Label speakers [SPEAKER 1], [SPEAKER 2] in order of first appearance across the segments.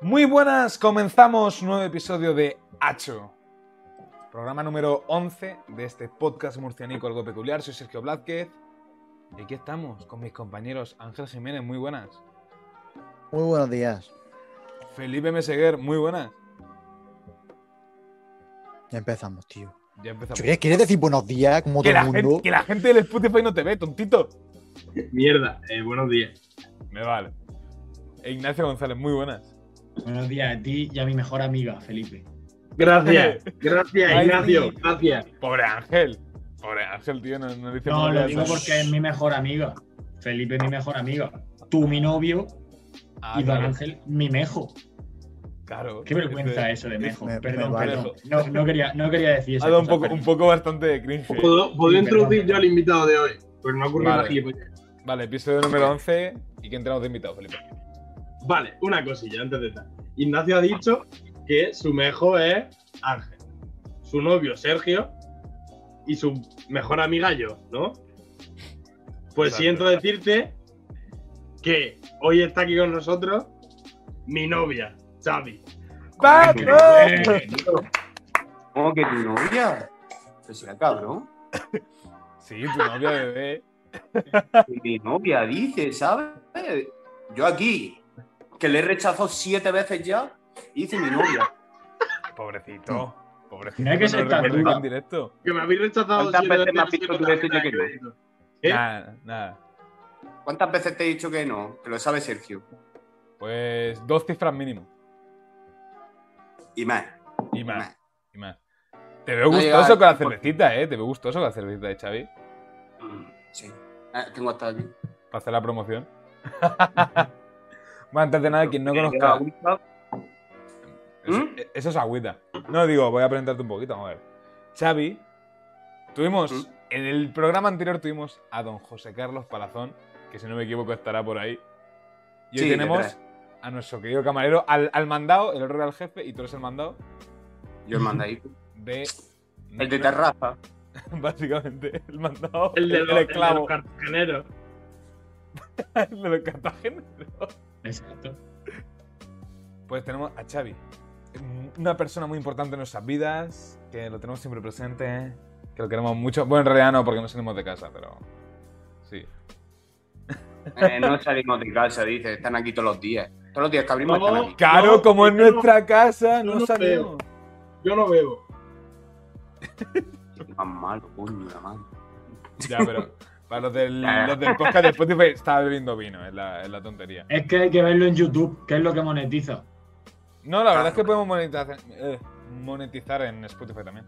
[SPEAKER 1] Muy buenas, comenzamos nuevo episodio de Hacho. Programa número 11 de este podcast murcianico algo peculiar. Soy Sergio Blázquez. Y aquí estamos con mis compañeros Ángel Jiménez, muy buenas.
[SPEAKER 2] Muy buenos días.
[SPEAKER 1] Felipe Meseguer, muy buenas.
[SPEAKER 2] Ya empezamos, tío.
[SPEAKER 1] Ya empezamos.
[SPEAKER 2] Chule, ¿Quieres decir buenos días como
[SPEAKER 1] Que
[SPEAKER 2] todo
[SPEAKER 1] la,
[SPEAKER 2] el
[SPEAKER 1] gente,
[SPEAKER 2] mundo?
[SPEAKER 1] que la gente del Spotify no te ve, tontito.
[SPEAKER 3] Mierda, eh, buenos días.
[SPEAKER 1] Me vale. E Ignacio González, muy buenas.
[SPEAKER 4] Buenos días a ti y a mi mejor amiga, Felipe.
[SPEAKER 3] Gracias, gracias,
[SPEAKER 1] Ay,
[SPEAKER 3] Ignacio,
[SPEAKER 1] sí.
[SPEAKER 3] gracias.
[SPEAKER 1] Pobre Ángel. Pobre Ángel, tío, no, no dice
[SPEAKER 4] No,
[SPEAKER 1] nada
[SPEAKER 4] lo
[SPEAKER 1] de
[SPEAKER 4] digo
[SPEAKER 1] eso.
[SPEAKER 4] porque es mi mejor amiga. Felipe es mi mejor amiga. Tú, mi novio,
[SPEAKER 1] Ah,
[SPEAKER 4] y Don
[SPEAKER 1] claro,
[SPEAKER 4] Ángel, mi mejo.
[SPEAKER 1] claro.
[SPEAKER 4] Qué vergüenza eso de
[SPEAKER 1] es-
[SPEAKER 4] mejo.
[SPEAKER 2] me-
[SPEAKER 4] perdón,
[SPEAKER 2] me vale.
[SPEAKER 4] perdón. No, no quería, no quería decir eso.
[SPEAKER 1] Ha dado un poco, un poco bastante de cringe. eh.
[SPEAKER 3] Puedo, puedo
[SPEAKER 4] Sí,
[SPEAKER 3] introducir
[SPEAKER 4] perdón.
[SPEAKER 3] yo al invitado de hoy, pero no ha ocurrido
[SPEAKER 1] Vale.
[SPEAKER 3] pues nada gilipollas.
[SPEAKER 1] Vale, episodio número 11. ¿Y quién tenemos de invitado, Felipe?
[SPEAKER 3] Vale, una cosilla antes de tal. Ignacio ha dicho que su mejor es Ángel, su novio Sergio y su mejor amiga yo, ¿no? Pues
[SPEAKER 1] Exacto.
[SPEAKER 3] siento decirte que hoy está aquí con nosotros mi novia, Xavi.
[SPEAKER 1] ¡Ah!
[SPEAKER 5] ¿Cómo Oh, que tu novia? Pues será cabrón.
[SPEAKER 1] Sí, tu novia bebé.
[SPEAKER 5] Mi novia dice, ¿sabes? Yo aquí, que le he rechazado siete veces ya, dice mi novia.
[SPEAKER 1] Pobrecito. Pobrecito.
[SPEAKER 4] Mira que
[SPEAKER 1] no
[SPEAKER 4] se
[SPEAKER 1] lo
[SPEAKER 4] está
[SPEAKER 1] recuerdo aquí
[SPEAKER 4] dura.
[SPEAKER 1] en directo.
[SPEAKER 3] Que me habéis rechazado.
[SPEAKER 5] ¿Cuántas
[SPEAKER 3] siete
[SPEAKER 5] veces me has
[SPEAKER 3] siete
[SPEAKER 5] visto tú
[SPEAKER 3] tarjetas
[SPEAKER 5] decirle
[SPEAKER 3] de
[SPEAKER 5] que no?
[SPEAKER 3] crédito. ¿Eh?
[SPEAKER 1] Nada, nada.
[SPEAKER 5] ¿Cuántas veces te he dicho que no? Que lo sabe Sergio.
[SPEAKER 1] Pues dos cifras mínimo.
[SPEAKER 5] Y más.
[SPEAKER 1] Y
[SPEAKER 5] y
[SPEAKER 1] más,
[SPEAKER 5] más.
[SPEAKER 1] y más. Te veo
[SPEAKER 5] No
[SPEAKER 1] gustoso
[SPEAKER 5] llega-
[SPEAKER 1] con la cervecita, eh. Te veo gustoso con la cervecita de Xavi.
[SPEAKER 5] Mm, Sí. Ah, tengo hasta aquí.
[SPEAKER 1] Para hacer la promoción. bueno, antes de nada, quien no
[SPEAKER 5] Me
[SPEAKER 1] conozca.
[SPEAKER 5] he quedado-
[SPEAKER 1] Eso,
[SPEAKER 5] ¿Mm?
[SPEAKER 1] eh, eso es agüita. No, digo, voy a presentarte un poquito, vamos a ver. Xavi, tuvimos,
[SPEAKER 5] ¿Mm?
[SPEAKER 1] en el programa anterior tuvimos a don José Carlos Palazón, que si no me equivoco estará por ahí. Y hoy
[SPEAKER 5] Sí,
[SPEAKER 1] tenemos
[SPEAKER 5] detrás.
[SPEAKER 1] a nuestro querido camarero, al, al mandado, el otro era el jefe, y tú eres el mandado
[SPEAKER 5] Yo el mandadito.
[SPEAKER 1] de...
[SPEAKER 5] El de terraza.
[SPEAKER 1] Básicamente, el mandado,
[SPEAKER 3] El de
[SPEAKER 1] el,
[SPEAKER 3] los, el de
[SPEAKER 1] esclavo,
[SPEAKER 3] los cartageneros.
[SPEAKER 1] el de los cartageneros.
[SPEAKER 4] Exacto.
[SPEAKER 1] Pues tenemos a Xavi, mm, una persona muy importante en nuestras vidas, que lo tenemos siempre presente, que lo queremos mucho. Bueno, en realidad no, porque no salimos de casa, pero sí.
[SPEAKER 5] Eh, no salimos de casa, dice. Están aquí todos los días. Todos los días que abrimos están aquí.
[SPEAKER 1] Claro,
[SPEAKER 3] No,
[SPEAKER 1] como
[SPEAKER 3] yo
[SPEAKER 1] en
[SPEAKER 3] no-
[SPEAKER 1] nuestra casa,
[SPEAKER 3] yo
[SPEAKER 1] no,
[SPEAKER 3] no
[SPEAKER 1] salimos.
[SPEAKER 3] Yo no bebo.
[SPEAKER 5] Qué Más malo, coño, la madre.
[SPEAKER 1] Ya, pero para los del, los del podcast de Spotify estaba bebiendo vino, es la, es la tontería.
[SPEAKER 4] Es que hay que verlo en YouTube, que es lo que monetiza.
[SPEAKER 1] No, la verdad es que podemos monetizar, eh, monetizar en Spotify también.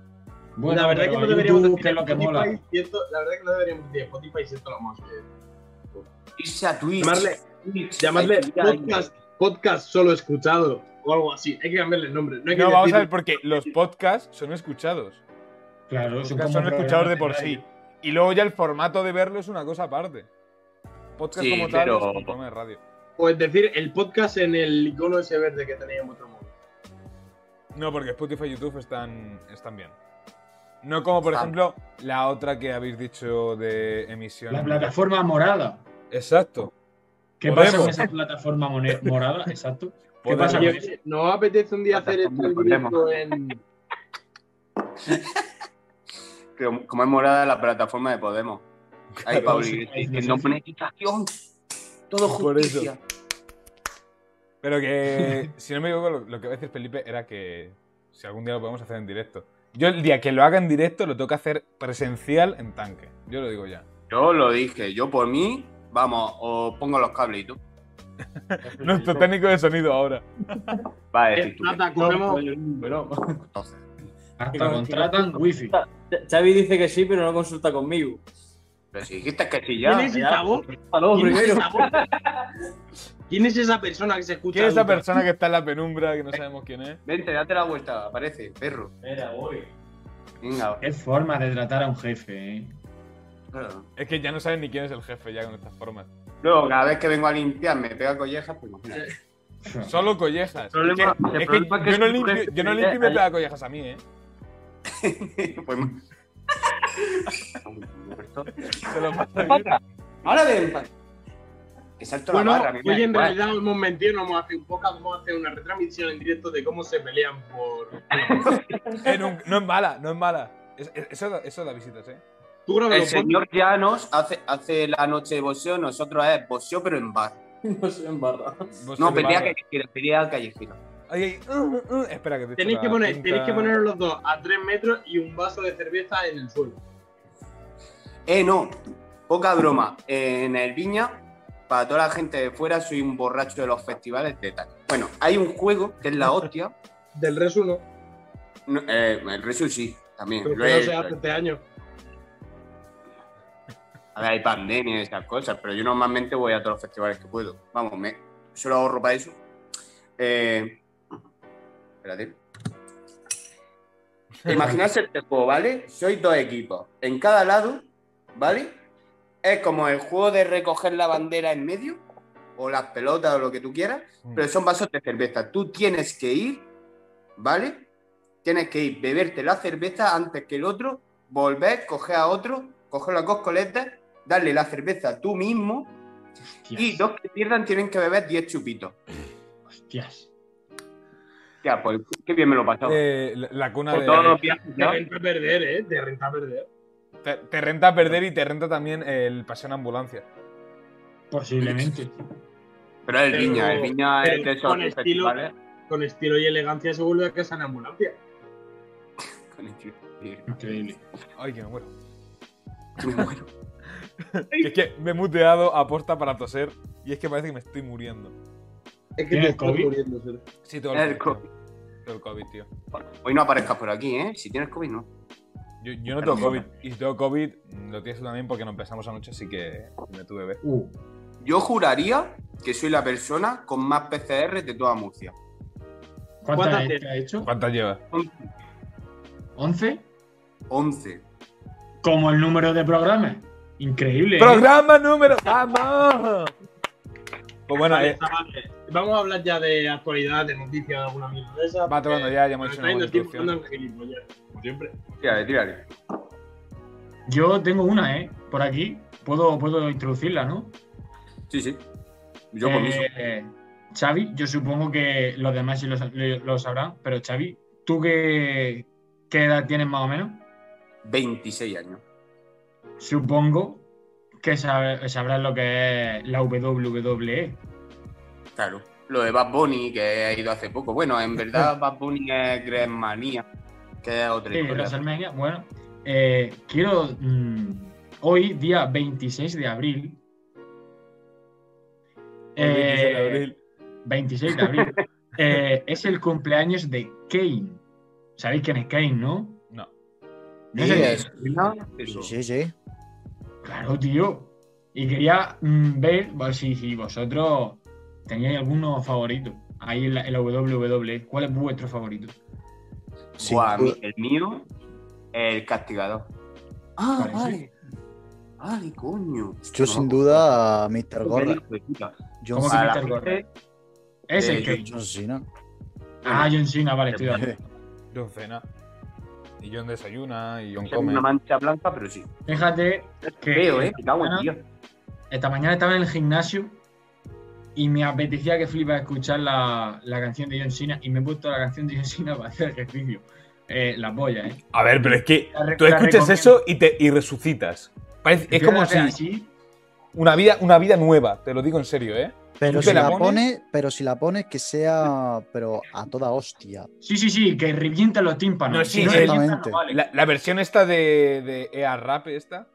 [SPEAKER 4] Bueno,
[SPEAKER 3] la verdad es
[SPEAKER 4] pero
[SPEAKER 3] que no
[SPEAKER 4] YouTube,
[SPEAKER 3] deberíamos
[SPEAKER 4] que es lo que
[SPEAKER 3] Spotify,
[SPEAKER 4] mola.
[SPEAKER 3] siento- la verdad es que no deberíamos decir Spotify siento lo más que-
[SPEAKER 5] Irse a Twitch.
[SPEAKER 3] Llamarle-
[SPEAKER 5] Twitch.
[SPEAKER 3] Llamarle
[SPEAKER 5] Ay, mira, ay,
[SPEAKER 3] podcast, podcast solo escuchado o algo así. Hay que cambiarle el nombre. No, hay que
[SPEAKER 1] No, vamos a
[SPEAKER 3] decirle-
[SPEAKER 1] ver, porque los podcasts son escuchados.
[SPEAKER 4] Claro,
[SPEAKER 1] Los
[SPEAKER 4] son
[SPEAKER 1] podcasts
[SPEAKER 4] como
[SPEAKER 1] son escuchados de por
[SPEAKER 4] programas
[SPEAKER 1] sí.
[SPEAKER 4] radio.
[SPEAKER 1] Y luego ya el formato de verlo es una cosa aparte. Podcast
[SPEAKER 5] Sí,
[SPEAKER 1] como tal
[SPEAKER 5] pero-
[SPEAKER 1] es un programa de radio.
[SPEAKER 3] O es decir, el podcast en el icono ese verde que tenéis en vuestro móvil.
[SPEAKER 1] No, porque Spotify y YouTube están, están bien. No como, por
[SPEAKER 5] Están.
[SPEAKER 1] ejemplo, la otra que habéis dicho de emisión.
[SPEAKER 4] La plataforma morada.
[SPEAKER 1] Exacto.
[SPEAKER 4] ¿Qué
[SPEAKER 1] Podemos.
[SPEAKER 4] pasa con esa plataforma mone- morada? Exacto. ¿Qué
[SPEAKER 1] Podemos.
[SPEAKER 4] pasa con
[SPEAKER 3] Oye,
[SPEAKER 4] eso?
[SPEAKER 3] ¿No apetece un día hacer esto en directo en.
[SPEAKER 5] Pero como es morada la plataforma de Podemos. Ahí, Pablo,
[SPEAKER 4] sí,
[SPEAKER 5] y-
[SPEAKER 4] sí,
[SPEAKER 5] y-
[SPEAKER 4] sí,
[SPEAKER 5] que
[SPEAKER 4] sí,
[SPEAKER 5] no
[SPEAKER 4] sí.
[SPEAKER 5] pone quitación. Todo
[SPEAKER 1] Por eso.
[SPEAKER 5] justicia.
[SPEAKER 1] Pero que, si no me equivoco, lo, lo que iba a decir Felipe era que si algún día lo podemos hacer en directo. Yo el día que lo haga en directo lo tengo que hacer presencial en tanque. Yo lo digo ya.
[SPEAKER 5] Yo lo dije, yo por mí, vamos, os pongo los cablitos.
[SPEAKER 1] Nuestro técnico de sonido ahora.
[SPEAKER 5] Va a
[SPEAKER 3] Eh,
[SPEAKER 5] decir tú. que-
[SPEAKER 3] Tata, cogemos.
[SPEAKER 5] Entonces,
[SPEAKER 4] Hasta contratan wifi.
[SPEAKER 6] Xavi dice que sí, pero no consulta conmigo.
[SPEAKER 5] pero si dijiste que sí ya.
[SPEAKER 3] ¿Quién es esa voz?
[SPEAKER 6] Aló,
[SPEAKER 3] ¿Quién es
[SPEAKER 6] primero.
[SPEAKER 3] esa voz? ¿Quién es esa persona que se escucha?
[SPEAKER 1] ¿Quién es esa
[SPEAKER 3] nunca?
[SPEAKER 1] persona que está en la penumbra, que no sabemos quién es?
[SPEAKER 5] Vente, date la vuelta, aparece, perro.
[SPEAKER 6] Espera, voy.
[SPEAKER 5] Venga,
[SPEAKER 4] Es forma de tratar a un jefe, ¿eh?
[SPEAKER 5] claro.
[SPEAKER 1] Es que ya no saben ni quién es el jefe ya con estas formas.
[SPEAKER 5] Luego, cada vez que vengo a limpiar me pega collejas, pues imagínate.
[SPEAKER 1] Solo collejas. Es
[SPEAKER 5] problema-
[SPEAKER 1] que-
[SPEAKER 5] el
[SPEAKER 1] es que
[SPEAKER 5] problema es
[SPEAKER 1] yo
[SPEAKER 5] que
[SPEAKER 1] no
[SPEAKER 5] si tú
[SPEAKER 1] limpio,
[SPEAKER 5] eres-
[SPEAKER 1] yo no limpio y me
[SPEAKER 5] ayer-
[SPEAKER 1] pega collejas a mí, ¿eh?
[SPEAKER 5] Pues-
[SPEAKER 1] Se lo paso
[SPEAKER 5] Ahora ven, pa- Exacto,
[SPEAKER 3] Bueno,
[SPEAKER 5] la barra. a mí me
[SPEAKER 3] hoy
[SPEAKER 5] da
[SPEAKER 3] en
[SPEAKER 5] igual.
[SPEAKER 3] realidad hemos mentido, no hemos hecho un podcast, vamos a hacer una retransmisión en directo de cómo se pelean por.
[SPEAKER 1] Eh, no, no es mala, no es mala. Es- es- eso, da, eso da visitas, ¿eh?
[SPEAKER 3] Tú grabas
[SPEAKER 5] El
[SPEAKER 3] los podcasts.
[SPEAKER 5] señor Llanos hace, hace la noche de boxeo, nosotros es boxeo, pero en bar.
[SPEAKER 6] No sé, en barra.
[SPEAKER 1] Vos
[SPEAKER 5] No,
[SPEAKER 1] sois de
[SPEAKER 5] pelea
[SPEAKER 1] barra.
[SPEAKER 5] callejera, pelea callejera.
[SPEAKER 1] Ay, ay, uh, uh, uh. Espera, que te he hecho
[SPEAKER 3] Tenéis que,
[SPEAKER 1] la
[SPEAKER 3] poner,
[SPEAKER 1] pinta.
[SPEAKER 3] tenéis que poner los dos a tres metros y un vaso de cerveza en el suelo.
[SPEAKER 5] Eh, no, poca broma. En el Viña, para toda la gente de fuera, soy un borracho de los festivales de tal. Bueno, hay un juego que es la hostia.
[SPEAKER 3] Del res uno,
[SPEAKER 5] No, eh, el Resu sí, también.
[SPEAKER 3] pero
[SPEAKER 5] Lo
[SPEAKER 3] que
[SPEAKER 5] he-
[SPEAKER 3] no se hace este año.
[SPEAKER 5] A ver, hay pandemia y esas cosas, pero yo normalmente voy a todos los festivales que puedo. Vamos, me solo ahorro para eso. Eh, espérate. Imaginarse este juego, ¿vale? Sois dos equipos. En cada lado, ¿vale? Es como el juego de recoger la bandera en medio, o las pelotas, o lo que tú quieras,
[SPEAKER 1] Mm.
[SPEAKER 5] pero son vasos de cerveza. Tú tienes que ir, ¿vale? Tienes que ir, beberte la cerveza antes que el otro, volver, coger a otro, coger las coscoletas, darle la cerveza tú mismo, y
[SPEAKER 4] Hostias.
[SPEAKER 5] los que pierdan tienen que beber 10 chupitos.
[SPEAKER 4] Hostias.
[SPEAKER 5] Ya, pues qué bien me lo he pasado.
[SPEAKER 1] Eh, la, la cuna
[SPEAKER 5] Por todos
[SPEAKER 1] de.
[SPEAKER 5] los viajes,
[SPEAKER 3] Te
[SPEAKER 5] ¿no?
[SPEAKER 3] renta perder, ¿eh? Te renta perder.
[SPEAKER 1] Te, te renta perder y te renta también el paseo en ambulancia.
[SPEAKER 4] Posiblemente.
[SPEAKER 5] Pero es el
[SPEAKER 3] Pero-
[SPEAKER 5] Viña, el Viña
[SPEAKER 3] pero
[SPEAKER 5] es de este esos
[SPEAKER 3] con estilo-
[SPEAKER 5] festivales.
[SPEAKER 3] Con estilo y elegancia se vuelve a casa en ambulancia.
[SPEAKER 5] Con estilo.
[SPEAKER 4] Increíble.
[SPEAKER 1] Ay, que me muero.
[SPEAKER 5] Bueno,
[SPEAKER 1] Que es que me he muteado a posta para toser y es que parece que me estoy muriendo.
[SPEAKER 3] Es que
[SPEAKER 4] ¿Tienes
[SPEAKER 3] te estás
[SPEAKER 4] COVID?
[SPEAKER 3] muriendo, Sere.
[SPEAKER 1] Sí, todo
[SPEAKER 5] es
[SPEAKER 1] el
[SPEAKER 5] el
[SPEAKER 1] COVID.
[SPEAKER 5] COVID.
[SPEAKER 1] Todo el COVID, tío.
[SPEAKER 5] Hoy no aparezcas por aquí, ¿eh? Si tienes COVID, no.
[SPEAKER 1] Yo, yo no tengo COVID. Y si tengo COVID, mm, lo tienes tú también porque nos empezamos anoche, así que me tuve ver.
[SPEAKER 4] Uh,
[SPEAKER 5] Yo juraría que soy la persona con más PCR de toda Murcia.
[SPEAKER 4] ¿Cuántas
[SPEAKER 3] ¿Cuántas
[SPEAKER 4] te ha hecho?
[SPEAKER 1] ¿Cuántas llevas?
[SPEAKER 4] ¿11?
[SPEAKER 5] 11.
[SPEAKER 4] Como el número de programas. Increíble. ¿eh?
[SPEAKER 1] Programa número. ¡Vamos! Pues bueno,
[SPEAKER 3] Vale,
[SPEAKER 1] eh,
[SPEAKER 3] chavales, Vamos a hablar ya de actualidad, de noticias, de alguna mierda de esas.
[SPEAKER 1] va tomando ya, ya hemos
[SPEAKER 3] Nos
[SPEAKER 1] hecho
[SPEAKER 3] está
[SPEAKER 1] una buena
[SPEAKER 3] yendo el tiempo
[SPEAKER 1] introducción.
[SPEAKER 3] andando en gilipollas, como siempre.
[SPEAKER 5] Tírale, tírale.
[SPEAKER 4] Yo tengo una, ¿eh? Por aquí. Puedo, puedo introducirla, ¿no?
[SPEAKER 5] Sí, sí. Yo con eso.
[SPEAKER 4] Eh, Xavi, yo supongo que los demás sí lo, sa- lo- lo sabrán, pero Xavi, ¿tú qué, qué edad tienes más o menos?
[SPEAKER 5] 26 años.
[SPEAKER 4] Supongo que sab- sabrás lo que es la E. WWE.
[SPEAKER 5] Claro. Lo de Bad Bunny, que ha ido hace poco. Bueno, en verdad, Bad Bunny es Grand Manía, que es otra
[SPEAKER 4] Sí,
[SPEAKER 5] historia.
[SPEAKER 4] WrestleMania. Bueno, eh, quiero. mm, hoy, día 26 de abril.
[SPEAKER 1] El 26 de
[SPEAKER 4] eh,
[SPEAKER 1] abril.
[SPEAKER 4] 26 de abril. eh, es el cumpleaños de Kane. ¿Sabéis quién es Kane, no?
[SPEAKER 1] No.
[SPEAKER 4] ¿No
[SPEAKER 2] Sí,
[SPEAKER 4] sabéis?
[SPEAKER 2] es-
[SPEAKER 5] ¿No? Eso.
[SPEAKER 2] Sí, sí, sí.
[SPEAKER 4] Claro, tío. Y quería mm, ver bueno, si, si vosotros teníais alguno favorito ahí en la, en la WWE. ¿Cuál es vuestro favorito?
[SPEAKER 2] Sin
[SPEAKER 5] Buah,
[SPEAKER 2] duda.
[SPEAKER 5] el mío, el castigador. Ah,
[SPEAKER 4] Vale,
[SPEAKER 5] vale. Vale, coño.
[SPEAKER 2] Yo sin duda, Mr. Gorra. John
[SPEAKER 4] ¿Cómo que
[SPEAKER 5] A
[SPEAKER 2] Cena.
[SPEAKER 5] la
[SPEAKER 4] Mr. Gorra? Es
[SPEAKER 5] Eh,
[SPEAKER 4] el Kane.
[SPEAKER 2] John Cena.
[SPEAKER 4] Ah, John Cena, vale, estoy de acuerdo.
[SPEAKER 1] John cena. Y John desayuna y John
[SPEAKER 5] Es una
[SPEAKER 1] come.
[SPEAKER 5] mancha blanca, pero sí.
[SPEAKER 4] Fíjate que
[SPEAKER 5] Veo, eh. Me cago en
[SPEAKER 4] mañana-
[SPEAKER 5] Dios.
[SPEAKER 4] esta mañana estaba en el gimnasio y me apetecía que flipa escuchar la, la canción de John Cena y me he puesto la canción de John Cena para hacer ejercicio. Eh, la polla, ¿eh?
[SPEAKER 1] A ver, pero es que
[SPEAKER 4] La re-
[SPEAKER 1] tú
[SPEAKER 4] la
[SPEAKER 1] escuchas
[SPEAKER 4] recomiendo.
[SPEAKER 1] eso y, te, y resucitas. Parece- es
[SPEAKER 4] Empieza a
[SPEAKER 1] como
[SPEAKER 4] hacer
[SPEAKER 1] si
[SPEAKER 4] así,
[SPEAKER 1] una vida, una vida nueva, te lo digo en serio, ¿eh?
[SPEAKER 2] Pero
[SPEAKER 1] ¿Tú
[SPEAKER 2] si
[SPEAKER 1] te la
[SPEAKER 2] la
[SPEAKER 1] pones?
[SPEAKER 2] pones, pero si la pones que sea, pero a toda hostia.
[SPEAKER 4] Sí, sí, sí, que revienta los tímpanos.
[SPEAKER 1] No, sí,
[SPEAKER 4] Si
[SPEAKER 1] el-
[SPEAKER 4] revientan,
[SPEAKER 2] Exactamente.
[SPEAKER 4] vale.
[SPEAKER 1] La, la versión esta de, de EA Rap, esta,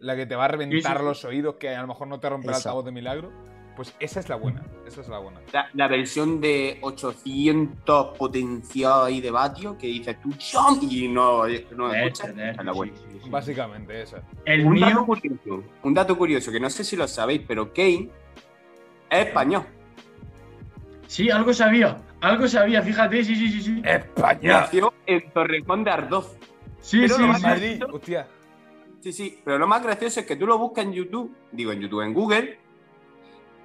[SPEAKER 1] la que te va a reventar
[SPEAKER 4] Sí, sí.
[SPEAKER 1] los oídos, que a lo mejor no te rompe el
[SPEAKER 2] Esa.
[SPEAKER 1] altavoz de milagro, pues esa es la buena, esa es la buena.
[SPEAKER 5] La, la versión de 800 potenciado ahí de vatio que dices tú chom y no, no
[SPEAKER 4] Eh,
[SPEAKER 5] escuchas.
[SPEAKER 4] eh,
[SPEAKER 5] Anda, bueno.
[SPEAKER 1] pues.
[SPEAKER 4] sí, sí, sí.
[SPEAKER 1] Básicamente esa.
[SPEAKER 4] El
[SPEAKER 5] Un dato,
[SPEAKER 4] mío,
[SPEAKER 5] curioso, un dato curioso que no sé si lo sabéis, pero Kane es español.
[SPEAKER 4] sí, algo sabía, algo sabía, fíjate, sí, sí, sí,
[SPEAKER 1] Eh,
[SPEAKER 4] sí.
[SPEAKER 1] ¡España!
[SPEAKER 5] Nació en Torrejón de Ardoz.
[SPEAKER 4] Sí,
[SPEAKER 5] pero
[SPEAKER 4] sí, sí.
[SPEAKER 5] lo más-
[SPEAKER 1] Madrid, hostia.
[SPEAKER 5] Sí, sí, pero lo más gracioso es que tú lo buscas en YouTube, digo en YouTube, en Google,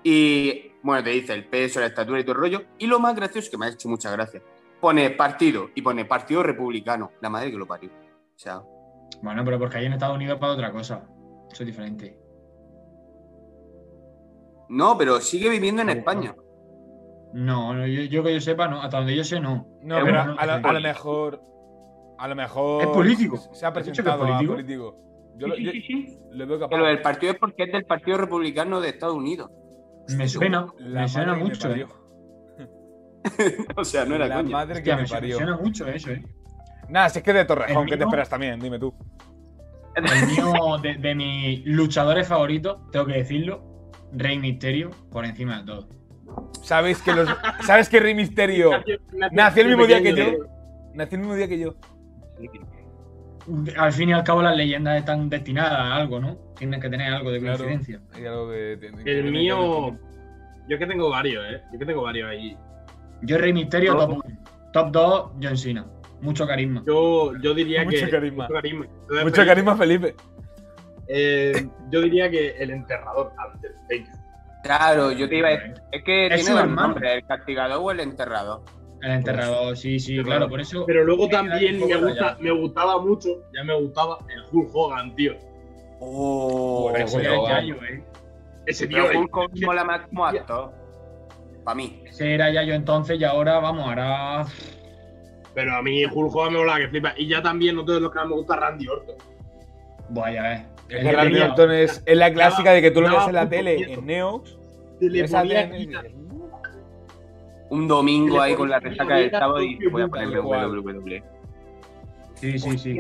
[SPEAKER 5] y bueno, te dice el peso, la estatura y todo el rollo. Y lo más gracioso, que me ha hecho muchas gracias, pone partido y pone partido republicano. La madre que lo parió. O sea,
[SPEAKER 4] Bueno, pero porque ahí en Estados Unidos para otra cosa. Eso es diferente.
[SPEAKER 5] No, pero sigue viviendo en
[SPEAKER 4] Ojo.
[SPEAKER 5] España.
[SPEAKER 4] No, no, yo, yo que yo sepa, no. Hasta donde yo sé, no.
[SPEAKER 1] No,
[SPEAKER 4] Es
[SPEAKER 1] pero
[SPEAKER 4] un-
[SPEAKER 1] a, lo, a lo mejor. A lo mejor.
[SPEAKER 4] Es político.
[SPEAKER 1] Se ha
[SPEAKER 4] ¿Has dicho que es
[SPEAKER 1] presentado a
[SPEAKER 4] político?
[SPEAKER 1] político. Yo lo, yo- lo veo capaz.
[SPEAKER 5] Pero el partido es porque es del Partido Republicano de Estados Unidos.
[SPEAKER 4] Me suena,
[SPEAKER 1] Este La
[SPEAKER 4] me suena
[SPEAKER 1] madre que me
[SPEAKER 4] mucho. eh.
[SPEAKER 1] parió.
[SPEAKER 5] o sea, no era
[SPEAKER 1] la
[SPEAKER 5] coña.
[SPEAKER 1] madre que
[SPEAKER 4] Hostia,
[SPEAKER 1] me
[SPEAKER 4] me, su- me
[SPEAKER 1] parió.
[SPEAKER 4] suena mucho eso, eh.
[SPEAKER 1] Nada, si es que de Torrejón,
[SPEAKER 4] El
[SPEAKER 1] ¿qué te
[SPEAKER 4] mío-
[SPEAKER 1] esperas también? Dime tú.
[SPEAKER 4] El mío, de, de mis luchadores favoritos, tengo que decirlo, Rey Misterio, por encima de todo.
[SPEAKER 1] ¿Sabes que, los, ¿sabes que Rey Misterio nació el mismo día que yo? Nació el mismo día que yo.
[SPEAKER 4] Al fin y al cabo, las leyendas están destinadas a algo, ¿no? Tienen que tener algo de
[SPEAKER 1] Claro.
[SPEAKER 4] coincidencia.
[SPEAKER 1] Hay algo que tiene- que
[SPEAKER 3] El
[SPEAKER 1] tiene
[SPEAKER 3] mío.
[SPEAKER 1] que-
[SPEAKER 3] Yo que tengo varios, ¿eh? Yo que tengo varios ahí.
[SPEAKER 4] Yo, Rey Misterio,
[SPEAKER 3] No.
[SPEAKER 4] top 1. Top 2, John Cena. Mucho carisma.
[SPEAKER 3] Yo, yo diría
[SPEAKER 1] Mucho
[SPEAKER 3] que.
[SPEAKER 1] carisma.
[SPEAKER 3] Mucho carisma. Entonces,
[SPEAKER 1] Mucho carisma, Felipe.
[SPEAKER 3] eh, yo diría que el enterrador, Undertaker.
[SPEAKER 5] Claro, yo te iba a decir. Es que
[SPEAKER 4] Es su
[SPEAKER 5] tiene dos
[SPEAKER 4] hermano.
[SPEAKER 5] nombres, el castigador o el enterrado.
[SPEAKER 4] El enterrador, sí, sí, claro, por eso.
[SPEAKER 3] Pero luego también
[SPEAKER 4] Hay que
[SPEAKER 3] me,
[SPEAKER 4] dar un poco
[SPEAKER 3] gusta, me gustaba mucho, ya me gustaba el Hulk Hogan, tío.
[SPEAKER 5] Oh,
[SPEAKER 4] Pero eso ya es Yayo, eh.
[SPEAKER 3] Ese tío. eh.
[SPEAKER 5] Pero
[SPEAKER 3] ahí.
[SPEAKER 5] Hulk Hogan mola más como actor. Para mí.
[SPEAKER 4] Ese era Yayo entonces y ahora, vamos, ahora.
[SPEAKER 3] Pero a mí Hulk Hogan me volaba que flipa. Y ya también no todos los que más me gusta Randy Orton.
[SPEAKER 4] Vaya, eh.
[SPEAKER 1] Es
[SPEAKER 4] El
[SPEAKER 1] que
[SPEAKER 4] que
[SPEAKER 1] Randy
[SPEAKER 4] tenía-
[SPEAKER 1] Orton es, es la clásica de que tú lo
[SPEAKER 3] daba
[SPEAKER 1] ves en la
[SPEAKER 3] punto
[SPEAKER 1] tele,
[SPEAKER 3] quieto.
[SPEAKER 1] en Neox.
[SPEAKER 3] Se le
[SPEAKER 1] ves a
[SPEAKER 3] ponía
[SPEAKER 1] Daniel y
[SPEAKER 3] quita-
[SPEAKER 1] dices,
[SPEAKER 5] Un domingo
[SPEAKER 3] Le
[SPEAKER 5] ahí con la
[SPEAKER 3] pones
[SPEAKER 5] resaca del
[SPEAKER 3] Liga
[SPEAKER 5] sábado y
[SPEAKER 3] Tokio
[SPEAKER 5] voy a
[SPEAKER 3] Buda,
[SPEAKER 5] ponerle
[SPEAKER 1] tal cual.
[SPEAKER 5] WWE.
[SPEAKER 4] Sí, sí, sí.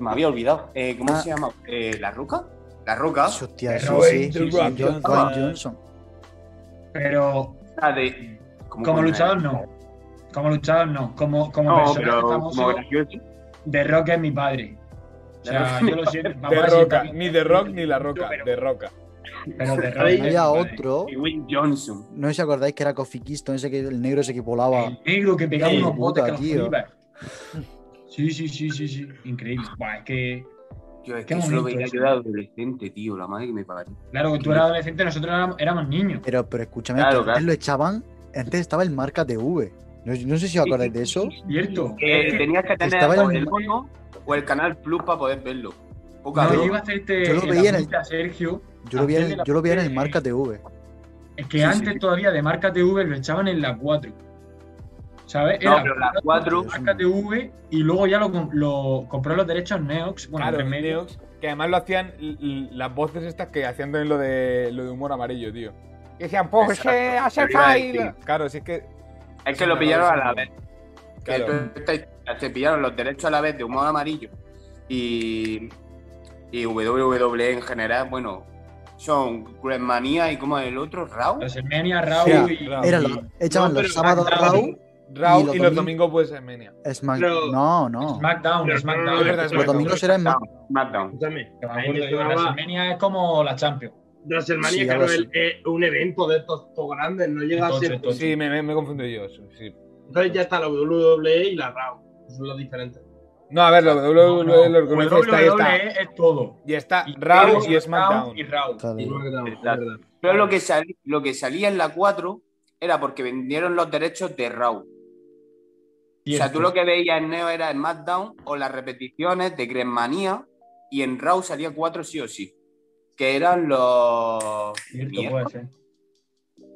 [SPEAKER 5] Me había olvidado. Eh, ¿Cómo
[SPEAKER 2] Ah.
[SPEAKER 5] se llama? Eh, ¿La Roca? ¿La Roca?
[SPEAKER 2] Hostia, sí,
[SPEAKER 4] Pero
[SPEAKER 2] sí.
[SPEAKER 4] Dwayne
[SPEAKER 1] The
[SPEAKER 2] sí,
[SPEAKER 1] Rock
[SPEAKER 2] John-
[SPEAKER 1] Johnson.
[SPEAKER 2] Dwayne Johnson.
[SPEAKER 4] Pero
[SPEAKER 5] La Ah, de- ¿cómo
[SPEAKER 4] como
[SPEAKER 5] coño
[SPEAKER 4] luchador
[SPEAKER 5] era?
[SPEAKER 4] no. Como luchador no. Como, como
[SPEAKER 5] No,
[SPEAKER 4] personaje
[SPEAKER 5] pero
[SPEAKER 4] famoso,
[SPEAKER 5] como gracioso.
[SPEAKER 4] The Rock es mi padre. O sea, yo lo siento.
[SPEAKER 1] The
[SPEAKER 4] papá, sí,
[SPEAKER 1] Roca,
[SPEAKER 4] también.
[SPEAKER 1] ni The Rock ni La Roca,
[SPEAKER 4] Pero,
[SPEAKER 1] The Roca.
[SPEAKER 4] pero The Rock. es mi
[SPEAKER 2] Había
[SPEAKER 4] padre.
[SPEAKER 2] otro,
[SPEAKER 5] Y Will Johnson.
[SPEAKER 2] no sé si acordáis que era Kofi Kingston, ese que el negro ese que volaba.
[SPEAKER 4] El negro que pegaba
[SPEAKER 2] Sí,
[SPEAKER 4] unos botes que
[SPEAKER 2] puta,
[SPEAKER 4] los
[SPEAKER 2] tío.
[SPEAKER 4] flipas. Sí, sí, sí, sí, sí. Increíble. Buah, es que.
[SPEAKER 5] Tío, es
[SPEAKER 4] Qué
[SPEAKER 5] que eso lo
[SPEAKER 4] bonito
[SPEAKER 5] veía
[SPEAKER 4] eso.
[SPEAKER 5] yo de adolescente, tío. La madre que me parió.
[SPEAKER 4] Claro, que tú eras adolescente, nosotros éramos, éramos niños.
[SPEAKER 2] Pero, pero escúchame,
[SPEAKER 5] Claro,
[SPEAKER 2] que
[SPEAKER 5] claro.
[SPEAKER 2] antes lo echaban, antes estaba el marca TV. No, no sé si os acordáis de eso.
[SPEAKER 4] ¿Cierto?
[SPEAKER 2] eh,
[SPEAKER 5] Que Eh, tenías que tener
[SPEAKER 2] Estaba
[SPEAKER 5] o
[SPEAKER 2] en-
[SPEAKER 5] el bono o el canal Plus para poder verlo. Poca
[SPEAKER 4] No, yo
[SPEAKER 5] broma.
[SPEAKER 4] iba a hacerte
[SPEAKER 2] Yo lo
[SPEAKER 4] el
[SPEAKER 2] veía en el-
[SPEAKER 4] apunte a Sergio.
[SPEAKER 2] Yo lo vi
[SPEAKER 4] Antes de
[SPEAKER 2] en,
[SPEAKER 4] la
[SPEAKER 2] yo lo vi en el
[SPEAKER 4] tele.
[SPEAKER 2] marca TV.
[SPEAKER 4] Es que
[SPEAKER 5] Sí,
[SPEAKER 4] antes
[SPEAKER 5] sí.
[SPEAKER 4] todavía de marca TV lo echaban en la 4. ¿Sabes?
[SPEAKER 5] No,
[SPEAKER 4] Era
[SPEAKER 5] pero las cuatro.
[SPEAKER 4] marca TV y luego ya lo, com- lo compró los derechos Neox. Bueno,
[SPEAKER 1] Claro,
[SPEAKER 4] Tres Medios.
[SPEAKER 1] Neox, que además lo hacían l- l- las voces estas que hacían también lo de, lo de humor amarillo, tío. Que decían, pues
[SPEAKER 5] Exacto,
[SPEAKER 1] eh, hace
[SPEAKER 5] te iba a
[SPEAKER 1] fail".
[SPEAKER 5] decir.
[SPEAKER 1] Claro, si es que.
[SPEAKER 5] Es
[SPEAKER 1] Sí,
[SPEAKER 5] que lo
[SPEAKER 1] me
[SPEAKER 5] pillaron a
[SPEAKER 1] parece
[SPEAKER 5] la
[SPEAKER 1] muy
[SPEAKER 5] vez. Que
[SPEAKER 1] Claro.
[SPEAKER 5] tú- esta historia, se pillaron los derechos a la vez de humor amarillo y, y WWE en general, bueno, son Manía y como el otro, Raw.
[SPEAKER 4] Los Hermenia, Raúl
[SPEAKER 2] Sí,
[SPEAKER 4] y.
[SPEAKER 1] Raúl.
[SPEAKER 2] Era
[SPEAKER 4] y-
[SPEAKER 2] lo- echaban
[SPEAKER 3] No,
[SPEAKER 2] los
[SPEAKER 3] pero-
[SPEAKER 2] sábados
[SPEAKER 3] Ah,
[SPEAKER 2] Raw,
[SPEAKER 1] Raw
[SPEAKER 2] Y
[SPEAKER 1] y, los
[SPEAKER 2] los domingos-
[SPEAKER 1] domingos, pues en Mania.
[SPEAKER 2] Smack.
[SPEAKER 3] Pero-
[SPEAKER 2] No, no.
[SPEAKER 4] SmackDown,
[SPEAKER 3] Pero-
[SPEAKER 4] SmackDown.
[SPEAKER 3] no, no, no,
[SPEAKER 1] Es
[SPEAKER 2] Los
[SPEAKER 1] verdad,
[SPEAKER 2] domingos era Smack.
[SPEAKER 5] Ah, SmackDown.
[SPEAKER 3] Escúchame,
[SPEAKER 4] Que me
[SPEAKER 3] a mí me
[SPEAKER 4] acuerdo yo,
[SPEAKER 3] sonaba-
[SPEAKER 4] WrestleMania es como la Champions.
[SPEAKER 3] WrestleMania
[SPEAKER 2] Sí,
[SPEAKER 3] creo
[SPEAKER 2] algo
[SPEAKER 3] que
[SPEAKER 2] así.
[SPEAKER 3] es un evento de estos to grandes, no llega a
[SPEAKER 4] Entonces,
[SPEAKER 3] ser.
[SPEAKER 4] entonces.
[SPEAKER 1] Sí, me, me, me confundí yo. sí, sí.
[SPEAKER 3] Entonces ya está la WWE y la RAW. Son los diferentes.
[SPEAKER 1] No, a ver, lo de WWE
[SPEAKER 4] No, no,
[SPEAKER 1] lo
[SPEAKER 3] Pues
[SPEAKER 1] organiza está, y está.
[SPEAKER 3] E
[SPEAKER 4] WWE es todo.
[SPEAKER 1] Y está
[SPEAKER 4] Y
[SPEAKER 1] Raw
[SPEAKER 4] Raw,
[SPEAKER 1] y SmackDown.
[SPEAKER 4] Y Raw.
[SPEAKER 2] Joder.
[SPEAKER 3] Igual que estamos,
[SPEAKER 5] Exacto.
[SPEAKER 3] es verdad.
[SPEAKER 5] Pero lo que, sal- lo que salía en la 4 era porque vendieron los derechos de Raw. O sea, tú lo que veías en Neo era en SmackDown o las repeticiones de Grenmanía y en Raw salía 4 sí o sí. Que eran los...
[SPEAKER 4] Cierto,
[SPEAKER 5] Mierda.
[SPEAKER 4] puede ser.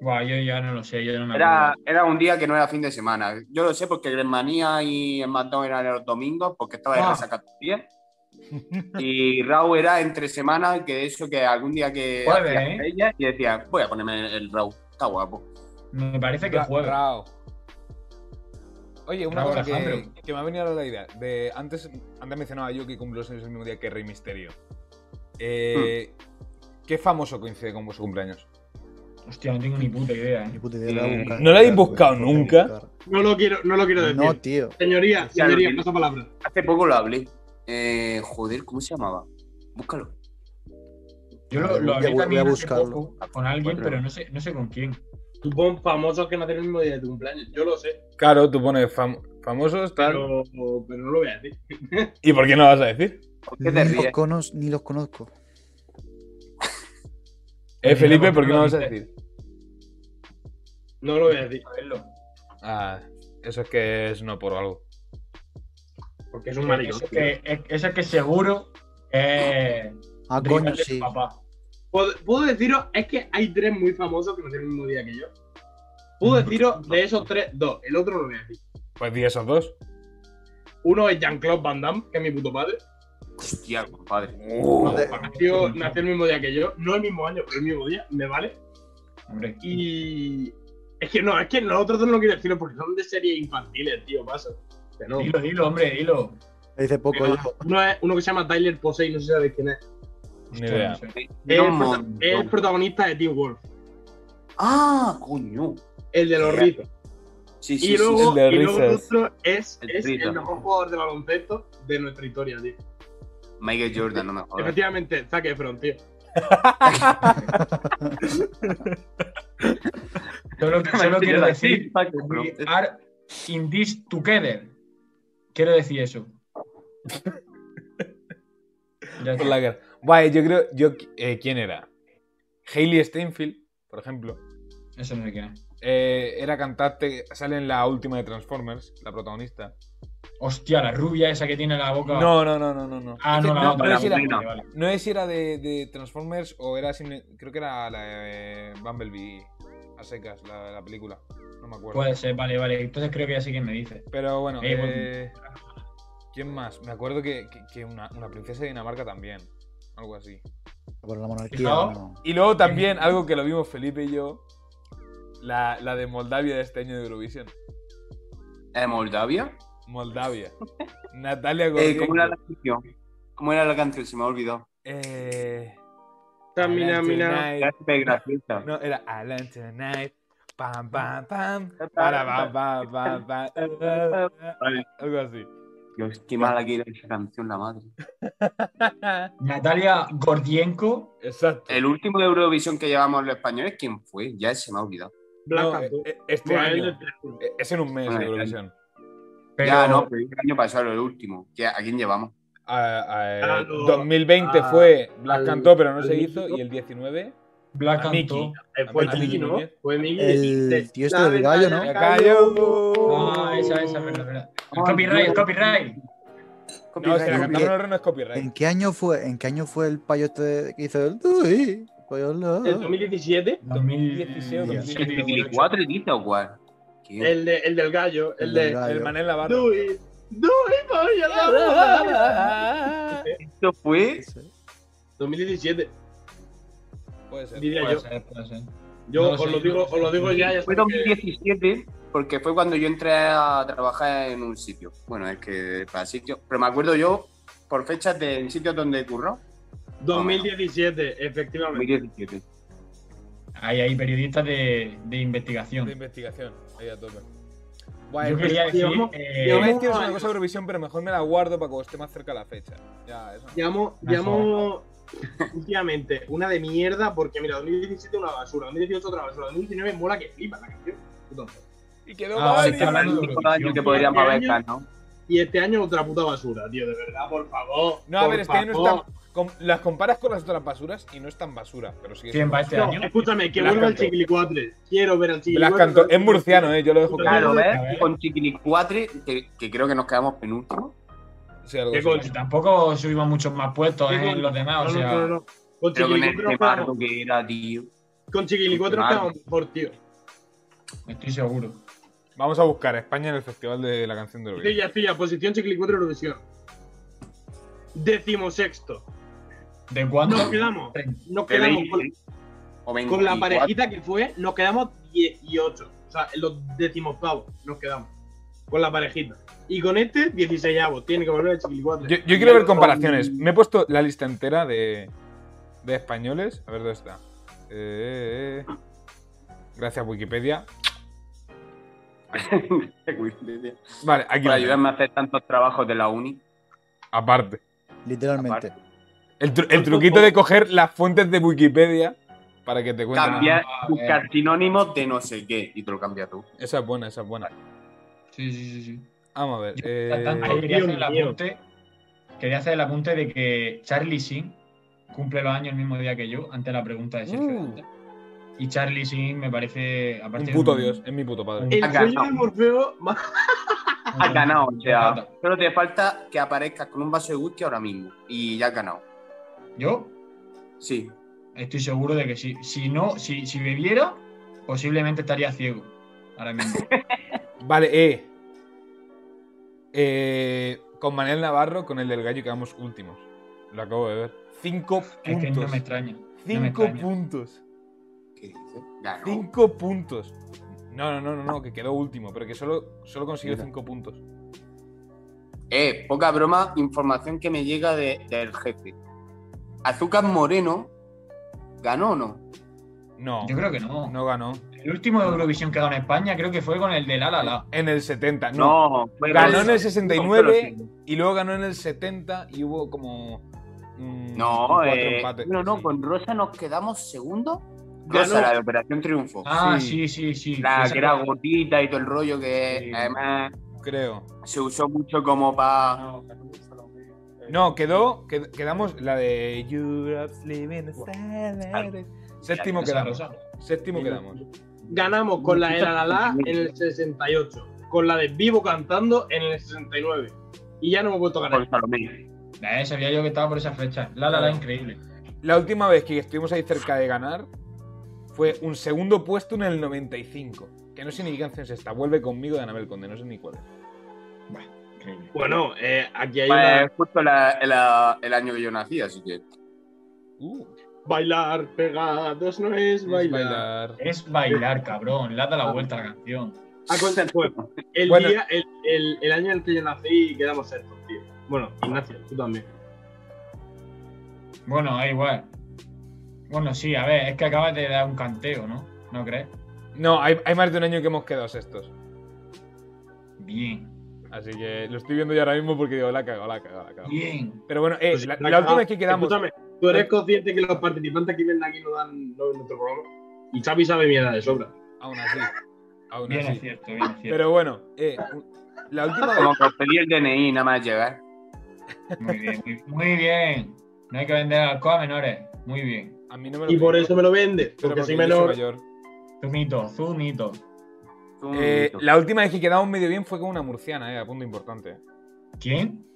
[SPEAKER 4] Buah, yo ya no lo sé, yo no me acuerdo.
[SPEAKER 5] Era, era un día que no era fin de semana. Yo lo sé porque Grenmanía y el SmackDown eran los domingos porque estaba de
[SPEAKER 4] Ah.
[SPEAKER 5] resaca todo el día. Y Raw era entre semana, que eso que algún día que
[SPEAKER 4] Jueves,
[SPEAKER 5] hacía
[SPEAKER 4] ¿eh?
[SPEAKER 5] paella y decía, voy a ponerme el Raw, está guapo.
[SPEAKER 4] Me parece que
[SPEAKER 1] Ra-
[SPEAKER 4] juega.
[SPEAKER 1] Rao. Oye, una
[SPEAKER 4] Rao
[SPEAKER 1] cosa que,
[SPEAKER 4] Alejandro.
[SPEAKER 1] que me ha venido ahora la idea. De, antes, antes mencionaba yo que cumple los años el mismo día que Rey Misterio. Eh, ¿Qué famoso coincide con vuestro cumpleaños?
[SPEAKER 4] Hostia, no tengo ni puta idea,
[SPEAKER 2] Ni
[SPEAKER 4] eh.
[SPEAKER 2] puta idea, lo voy a buscar.
[SPEAKER 1] ¿No lo habéis
[SPEAKER 2] Lo voy a
[SPEAKER 1] buscado
[SPEAKER 2] buscar, lo voy a
[SPEAKER 1] nunca?
[SPEAKER 2] buscar.
[SPEAKER 3] No lo quiero, no lo quiero decir.
[SPEAKER 2] No, tío.
[SPEAKER 3] Señoría,
[SPEAKER 5] Ya lo
[SPEAKER 3] señoría,
[SPEAKER 5] tiene.
[SPEAKER 3] paso palabra.
[SPEAKER 5] Hace poco lo hablé. Eh, joder, ¿cómo se llamaba? Búscalo.
[SPEAKER 4] Yo lo, lo
[SPEAKER 2] Voy a-
[SPEAKER 4] hablé
[SPEAKER 2] voy a
[SPEAKER 4] también hace
[SPEAKER 2] buscarlo.
[SPEAKER 4] poco con alguien,
[SPEAKER 5] Bueno.
[SPEAKER 4] pero no sé, no sé con quién.
[SPEAKER 3] Tú pon famosos que nacieron el mismo día de tu cumpleaños. Yo lo sé,
[SPEAKER 1] Claro, tú pones famosos, tal.
[SPEAKER 3] pero, pero no lo voy a decir.
[SPEAKER 1] ¿Y por qué no lo vas a decir?
[SPEAKER 5] ¿Por qué te
[SPEAKER 2] Ni los,
[SPEAKER 5] ríes?
[SPEAKER 2] conos- ni los conozco.
[SPEAKER 1] Eh,
[SPEAKER 4] Porque
[SPEAKER 1] Felipe,
[SPEAKER 4] no,
[SPEAKER 1] ¿por qué no lo vas a
[SPEAKER 4] no,
[SPEAKER 1] decir?
[SPEAKER 3] No lo voy a decir.
[SPEAKER 1] Ah, eso es que es no por algo.
[SPEAKER 3] Porque es un maricón.
[SPEAKER 4] Ese que, es- ese que seguro es
[SPEAKER 2] Ah,
[SPEAKER 4] rival
[SPEAKER 2] coño,
[SPEAKER 4] de tu
[SPEAKER 2] sí.
[SPEAKER 4] papá.
[SPEAKER 3] Puedo, puedo deciros, es que hay tres muy famosos que nacieron el mismo día que yo. Puedo deciros de esos tres, dos. El otro no lo voy a decir.
[SPEAKER 1] Pues di esos dos.
[SPEAKER 3] Uno es Jean-Claude Van Damme, que es mi puto padre.
[SPEAKER 5] Hostia, compadre.
[SPEAKER 1] Uh.
[SPEAKER 2] De-
[SPEAKER 3] Nació, nació el mismo día que yo. No el mismo año, pero el mismo día, me vale.
[SPEAKER 4] Hombre,
[SPEAKER 3] Y. Es que no, es que los otros dos no quiero deciros porque son de series infantiles, tío, pasa. Que no.
[SPEAKER 4] dilo, dilo, hombre, dilo.
[SPEAKER 2] Dice poco
[SPEAKER 3] Pero
[SPEAKER 2] yo.
[SPEAKER 3] Uno es uno que se llama Tyler Posey, no sé si sabéis quién es.
[SPEAKER 1] Ni idea.
[SPEAKER 3] Es
[SPEAKER 5] Era un
[SPEAKER 3] el prota- es el
[SPEAKER 5] montón.
[SPEAKER 3] protagonista de Teen Wolf,
[SPEAKER 5] Ah, coño.
[SPEAKER 3] el de los
[SPEAKER 5] Ya.
[SPEAKER 3] rizos.
[SPEAKER 5] Sí, sí,
[SPEAKER 3] Y
[SPEAKER 5] sí,
[SPEAKER 3] luego,
[SPEAKER 1] el de
[SPEAKER 3] y luego el
[SPEAKER 1] risas.
[SPEAKER 3] otro es,
[SPEAKER 5] El
[SPEAKER 3] es
[SPEAKER 5] Rita.
[SPEAKER 3] el mejor jugador de baloncesto de nuestra historia, tío.
[SPEAKER 5] sí. Michael Jordan, no me jodas.
[SPEAKER 3] Efectivamente, Zac Efron, tío.
[SPEAKER 4] Solo, solo quiero decir,
[SPEAKER 5] Pero-
[SPEAKER 4] we are in this together. Quiero decir eso. Ya
[SPEAKER 1] Por
[SPEAKER 4] está.
[SPEAKER 1] la cara. Guay, yo creo. Yo, eh, ¿Quién era? Hailey Steinfeld, por ejemplo.
[SPEAKER 4] Eso no sé quién es.
[SPEAKER 1] eh, era cantante. Sale en la última de Transformers, la protagonista.
[SPEAKER 4] Hostia, la rubia esa que tiene la boca.
[SPEAKER 1] No, no, no, no, no. no.
[SPEAKER 4] Ah, no, la
[SPEAKER 1] No,
[SPEAKER 4] otra.
[SPEAKER 1] pero
[SPEAKER 4] la
[SPEAKER 1] sí la-
[SPEAKER 4] otra, vale, vale.
[SPEAKER 1] No es si era de, de Transformers o era. simple- creo que era la de Bumblebee a secas, la, la película. No me acuerdo.
[SPEAKER 4] Puede ser, vale, vale. Entonces creo que ya sé quién me dice.
[SPEAKER 1] Pero bueno,
[SPEAKER 4] Eh, bueno.
[SPEAKER 1] eh, ¿quién más? Me acuerdo que, que- que una, una princesa de Dinamarca también. Algo así.
[SPEAKER 2] Por la monarquía.
[SPEAKER 4] Fijaos.
[SPEAKER 2] no.
[SPEAKER 1] Y luego también, algo que lo vimos Felipe y yo, la, la de Moldavia de este año de Eurovisión.
[SPEAKER 5] ¿Eh, Moldavia?
[SPEAKER 1] Moldavia. Natalia
[SPEAKER 5] Eh, ¿Cómo era
[SPEAKER 1] Gordienko.
[SPEAKER 5] la canción? ¿Cómo era la canción? Se me ha olvidado.
[SPEAKER 1] Eh,
[SPEAKER 3] Tamina,
[SPEAKER 1] Alan
[SPEAKER 3] mina.
[SPEAKER 1] Tonight.
[SPEAKER 5] Era súper graciosa.
[SPEAKER 1] No, era Alan Tonight. Pam, pam, pam. Para, pam, pam, pam, pam.
[SPEAKER 5] Vale.
[SPEAKER 1] Algo así.
[SPEAKER 5] Dios, qué mala que era esa canción, la madre.
[SPEAKER 4] Natalia Gordienko.
[SPEAKER 3] Eh,
[SPEAKER 1] Exacto.
[SPEAKER 5] El último de Eurovisión que llevamos los españoles, ¿quién fue? Ya se me ha olvidado.
[SPEAKER 3] Black
[SPEAKER 1] No, eh,
[SPEAKER 3] Panther.
[SPEAKER 1] eh, este
[SPEAKER 3] Bueno, el
[SPEAKER 1] año.
[SPEAKER 3] de-
[SPEAKER 1] Eh, Es en un mes
[SPEAKER 5] Bueno,
[SPEAKER 1] de
[SPEAKER 5] el-
[SPEAKER 1] Eurovisión.
[SPEAKER 4] Pero,
[SPEAKER 5] Ya, no, pero el año pasado, el último. ¿Qué- ¿A quién llevamos?
[SPEAKER 1] Ah, ah, eh,
[SPEAKER 3] Ah, no.
[SPEAKER 1] 2020
[SPEAKER 3] Ah,
[SPEAKER 1] fue Black
[SPEAKER 3] al-
[SPEAKER 1] cantó pero no
[SPEAKER 3] al
[SPEAKER 1] se hizo
[SPEAKER 3] México.
[SPEAKER 1] y el 19
[SPEAKER 4] Black
[SPEAKER 1] a Miki.
[SPEAKER 4] cantó.
[SPEAKER 3] Eh, Fue
[SPEAKER 1] Tamina
[SPEAKER 3] Miki, ¿no?
[SPEAKER 1] Núñez.
[SPEAKER 3] Fue Miki.
[SPEAKER 2] El tío este del gallo, ¿no?
[SPEAKER 1] Ya cayó.
[SPEAKER 4] Ah, esa, esa, verdad, verdad. Copyright, copyright.
[SPEAKER 1] No, si la
[SPEAKER 2] Creo
[SPEAKER 1] cantamos
[SPEAKER 2] que-
[SPEAKER 1] nosotros no es copyright.
[SPEAKER 2] ¿En qué año fue? ¿En qué año fue el payo este que hizo el Uy, payo la-
[SPEAKER 1] Ah.
[SPEAKER 3] El 2017.
[SPEAKER 1] 2017,
[SPEAKER 4] 2017, 2018.
[SPEAKER 5] 2004 dice o cuál? ¿Qué?
[SPEAKER 3] El, de- el del gallo. El
[SPEAKER 2] El del
[SPEAKER 3] de.
[SPEAKER 2] gallo.
[SPEAKER 1] El Manel Navarro.
[SPEAKER 3] Do it. Do it, por your love.
[SPEAKER 5] ¿Esto fue?
[SPEAKER 2] Ese.
[SPEAKER 3] 2017,
[SPEAKER 1] Puede ser.
[SPEAKER 3] diría
[SPEAKER 4] Puede
[SPEAKER 3] yo.
[SPEAKER 4] ser, puede ser.
[SPEAKER 3] Yo
[SPEAKER 4] No lo
[SPEAKER 3] os,
[SPEAKER 4] sé,
[SPEAKER 3] lo
[SPEAKER 4] no
[SPEAKER 3] digo,
[SPEAKER 4] lo
[SPEAKER 3] os lo
[SPEAKER 4] sé.
[SPEAKER 3] digo ya. ya
[SPEAKER 5] Fue 2017 porque fue cuando yo entré a trabajar en un sitio. Bueno, es que para sitio. Pero me acuerdo yo por fechas de sitios donde curró.
[SPEAKER 3] 2017, efectivamente.
[SPEAKER 5] 2017.
[SPEAKER 4] Hay, hay periodistas de, de investigación.
[SPEAKER 1] De investigación. Ahí a tope. Guay,
[SPEAKER 4] Yo
[SPEAKER 1] pues,
[SPEAKER 4] quería decir.
[SPEAKER 3] Llevamos-
[SPEAKER 4] eh,
[SPEAKER 1] Yo
[SPEAKER 3] llevamos-
[SPEAKER 1] me decía una cosa de Eurovisión, pero mejor me la guardo para cuando esté más cerca la fecha. Ya, eso.
[SPEAKER 3] Llamo, llamo últimamente una de mierda porque, mira, 2017 una basura, 2018 otra basura, 2019 mola que flipa la canción. Puto.
[SPEAKER 1] Y quedó
[SPEAKER 4] Ah,
[SPEAKER 1] mal.
[SPEAKER 4] vale,
[SPEAKER 1] y-
[SPEAKER 4] está hablando de
[SPEAKER 5] Cinco años que
[SPEAKER 4] Eurovisión.
[SPEAKER 5] podríamos haber
[SPEAKER 3] Años.
[SPEAKER 5] ganado.
[SPEAKER 3] Y este año otra puta basura, tío, de verdad, por favor.
[SPEAKER 1] No, a
[SPEAKER 3] por
[SPEAKER 1] ver, este año no
[SPEAKER 3] favor.
[SPEAKER 1] es tan. com- las comparas con las otras basuras y no es tan basura, pero sí es.
[SPEAKER 4] ¿Quién va este
[SPEAKER 3] No,
[SPEAKER 4] año?
[SPEAKER 3] escúchame, que
[SPEAKER 1] Blas
[SPEAKER 3] vuelva el
[SPEAKER 1] Cantó.
[SPEAKER 3] chiquilicuatre. Quiero ver al
[SPEAKER 1] Las
[SPEAKER 3] chiquilicuatre.
[SPEAKER 1] cantó. Es murciano, eh. Yo lo dejo
[SPEAKER 5] Claro,
[SPEAKER 1] claro.
[SPEAKER 5] ¿ves?
[SPEAKER 4] A ver.
[SPEAKER 5] Con Chiquilicuatre, que, que creo que nos quedamos penúltimos.
[SPEAKER 1] Sí, algo
[SPEAKER 3] Qué
[SPEAKER 1] así.
[SPEAKER 3] coño.
[SPEAKER 4] Pues Tampoco subimos muchos más puestos
[SPEAKER 3] Sí,
[SPEAKER 4] eh,
[SPEAKER 3] con-
[SPEAKER 4] en los demás,
[SPEAKER 3] No,
[SPEAKER 4] o
[SPEAKER 3] no,
[SPEAKER 4] sea.
[SPEAKER 3] no, no. Con
[SPEAKER 5] Creo que en el
[SPEAKER 3] chiquilicuatre nos
[SPEAKER 5] temardo
[SPEAKER 3] quedamos-
[SPEAKER 5] que era, tío.
[SPEAKER 3] con Chiquilicuatre nos quedamos mejor, tío.
[SPEAKER 4] Estoy seguro.
[SPEAKER 1] Vamos a buscar a España en el Festival de la Canción de
[SPEAKER 3] Yo
[SPEAKER 1] Eurovisión.
[SPEAKER 3] ya estoy a posición Chiquilicuatre Eurovisión. Decimosexto.
[SPEAKER 4] ¿De cuándo?
[SPEAKER 3] Nos quedamos. Nos
[SPEAKER 5] De
[SPEAKER 3] quedamos
[SPEAKER 5] 20,
[SPEAKER 3] con,
[SPEAKER 5] o
[SPEAKER 3] con la
[SPEAKER 5] 24.
[SPEAKER 3] parejita que fue, nos quedamos 18. O sea, en los decimoctavos nos quedamos. Con la parejita. Y con este, 16 avos. Tiene que volver el Chiquilicuatre.
[SPEAKER 1] Yo, yo quiero ver comparaciones. Me he puesto la lista entera de, de españoles. A ver dónde está. Eh, gracias, Wikipedia. Vale, aquí
[SPEAKER 5] Para
[SPEAKER 1] lo tengo.
[SPEAKER 5] ayudarme a hacer tantos trabajos de la uni.
[SPEAKER 1] Aparte.
[SPEAKER 2] Literalmente.
[SPEAKER 1] El, tru- el truquito de coger las fuentes de Wikipedia para que te cuenten.
[SPEAKER 5] Cambiar,
[SPEAKER 4] Ah,
[SPEAKER 5] buscar sinónimos de no sé qué y te lo cambias tú.
[SPEAKER 1] Esa es buena, esa es buena.
[SPEAKER 4] Sí, sí, sí, sí.
[SPEAKER 1] Vamos a ver.
[SPEAKER 4] Yo,
[SPEAKER 1] eh,
[SPEAKER 4] mientras tanto, quería
[SPEAKER 3] Dios
[SPEAKER 4] hacer el
[SPEAKER 3] mío.
[SPEAKER 4] apunte. Quería hacer el apunte de que Charlie Sheen cumple los años el mismo día que yo, ante la pregunta de Sergio.
[SPEAKER 1] Mm.
[SPEAKER 4] Dante. Y Charlie Sheen me parece. Aparte
[SPEAKER 1] un
[SPEAKER 4] de
[SPEAKER 1] puto dios, es mi puto padre.
[SPEAKER 3] El
[SPEAKER 5] Ha
[SPEAKER 3] sueño
[SPEAKER 5] ganado.
[SPEAKER 3] de Morfeo
[SPEAKER 4] un-
[SPEAKER 5] Has ganado, o sea,
[SPEAKER 4] Rata.
[SPEAKER 5] solo te falta que aparezcas con un vaso de whisky ahora mismo y ya has ganado.
[SPEAKER 4] ¿Yo?
[SPEAKER 5] Sí.
[SPEAKER 4] Estoy seguro de que sí. Si no, si, si bebiera, posiblemente estaría ciego. Ahora mismo.
[SPEAKER 1] Vale, eh. Eh, con Manuel Navarro, con el del gallo, quedamos últimos. Lo acabo de ver. Cinco
[SPEAKER 4] es que no
[SPEAKER 1] puntos.
[SPEAKER 4] me extraña. me
[SPEAKER 1] Cinco
[SPEAKER 4] extraña.
[SPEAKER 1] puntos.
[SPEAKER 5] ¿Qué dice? Ganó.
[SPEAKER 1] Cinco puntos. No, no, no, no, no, que quedó último, pero que solo, solo consiguió
[SPEAKER 5] Mira.
[SPEAKER 1] cinco puntos.
[SPEAKER 5] Eh, poca broma, información que me llega de- del jefe. Azúcar Moreno ganó o no.
[SPEAKER 1] No,
[SPEAKER 4] Yo creo que no.
[SPEAKER 1] no ganó.
[SPEAKER 4] El último de Eurovisión que ha dado en España creo que fue con el de La La La.
[SPEAKER 1] En el 70, no.
[SPEAKER 5] No, fue
[SPEAKER 1] Ganó
[SPEAKER 5] Rosa.
[SPEAKER 1] en el 69
[SPEAKER 5] No, pero
[SPEAKER 1] y luego ganó en el 70 y hubo como. mm,
[SPEAKER 5] sí.
[SPEAKER 1] cuatro
[SPEAKER 5] No, eh,
[SPEAKER 1] empates.
[SPEAKER 5] no, no,
[SPEAKER 1] Sí.
[SPEAKER 5] con Rosa nos quedamos segundos.
[SPEAKER 3] Ganó-
[SPEAKER 5] Rosa, la de Operación Triunfo.
[SPEAKER 4] Ah,
[SPEAKER 1] Sí.
[SPEAKER 4] sí, sí, sí.
[SPEAKER 5] La
[SPEAKER 4] Esa-
[SPEAKER 5] que era gotita y todo el rollo que
[SPEAKER 4] Sí.
[SPEAKER 5] además
[SPEAKER 1] Creo.
[SPEAKER 5] se usó mucho como para.
[SPEAKER 1] No, quedó. qued- quedamos la de. Europe's living standard. Séptimo
[SPEAKER 4] esa
[SPEAKER 1] quedamos.
[SPEAKER 4] rosa.
[SPEAKER 1] Séptimo quedamos.
[SPEAKER 3] Ganamos con la de la la la en el 68, con la de Vivo cantando en el 69. Y ya no hemos vuelto a ganar.
[SPEAKER 5] Por Salomé.
[SPEAKER 4] Eh, sabía yo que estaba por esa fecha. La La La, increíble.
[SPEAKER 1] La última vez que estuvimos ahí cerca de ganar fue un segundo puesto en el 95. Que no sé ni qué canción es esta. Vuelve conmigo de Anabel Conde, no sé ni cuál es.
[SPEAKER 4] Increíble.
[SPEAKER 3] Bueno, eh, aquí hay
[SPEAKER 5] Pues
[SPEAKER 3] una.
[SPEAKER 5] justo la- la- el año que yo nací, así que.
[SPEAKER 1] Uh,
[SPEAKER 3] Bailar pegados no es
[SPEAKER 1] es
[SPEAKER 3] bailar.
[SPEAKER 1] bailar.
[SPEAKER 4] Es bailar, cabrón. Le has dado la vuelta a la canción.
[SPEAKER 3] Ah, cuenta, pues, el,
[SPEAKER 1] Bueno.
[SPEAKER 3] día, el, el- el año en el que yo nací quedamos sextos, tío. Bueno, Ignacio, tú también.
[SPEAKER 4] Bueno, da igual. Bueno, sí, a ver, es que acabas de dar un canteo, ¿no? ¿No crees?
[SPEAKER 1] No, hay, hay más de un año que hemos quedado sextos.
[SPEAKER 4] Bien,
[SPEAKER 1] Así que lo estoy viendo yo ahora mismo porque digo, la cago, la cago, la cago.
[SPEAKER 4] bien.
[SPEAKER 1] Pero bueno, eh,
[SPEAKER 3] Pues,
[SPEAKER 1] la,
[SPEAKER 3] la
[SPEAKER 1] la última
[SPEAKER 3] cagao.
[SPEAKER 1] vez que quedamos.
[SPEAKER 3] Escúchame, ¿tú eres consciente que los participantes que vienen aquí no dan no ven nuestro programa? Y Xavi sabe mi edad de sobra.
[SPEAKER 1] Aún así. Aún
[SPEAKER 4] Bien es
[SPEAKER 1] así.
[SPEAKER 4] cierto, bien es cierto.
[SPEAKER 1] Pero bueno, eh, la última vez.
[SPEAKER 5] Como que os pedí el DNI nada más llegar.
[SPEAKER 4] Muy bien, muy, muy bien. No hay que vender alcohol a menores. Muy bien.
[SPEAKER 1] A mí no me lo
[SPEAKER 3] Y por
[SPEAKER 1] pidieron,
[SPEAKER 3] eso me Oh, lo vende,
[SPEAKER 1] pero
[SPEAKER 3] porque soy
[SPEAKER 1] yo
[SPEAKER 3] menor.
[SPEAKER 1] mayor.
[SPEAKER 4] Zumito, zumito.
[SPEAKER 5] Tú,
[SPEAKER 1] Eh,
[SPEAKER 5] tú.
[SPEAKER 1] la última vez que quedamos medio bien fue con una murciana, eh, a punto importante.
[SPEAKER 4] ¿Quién?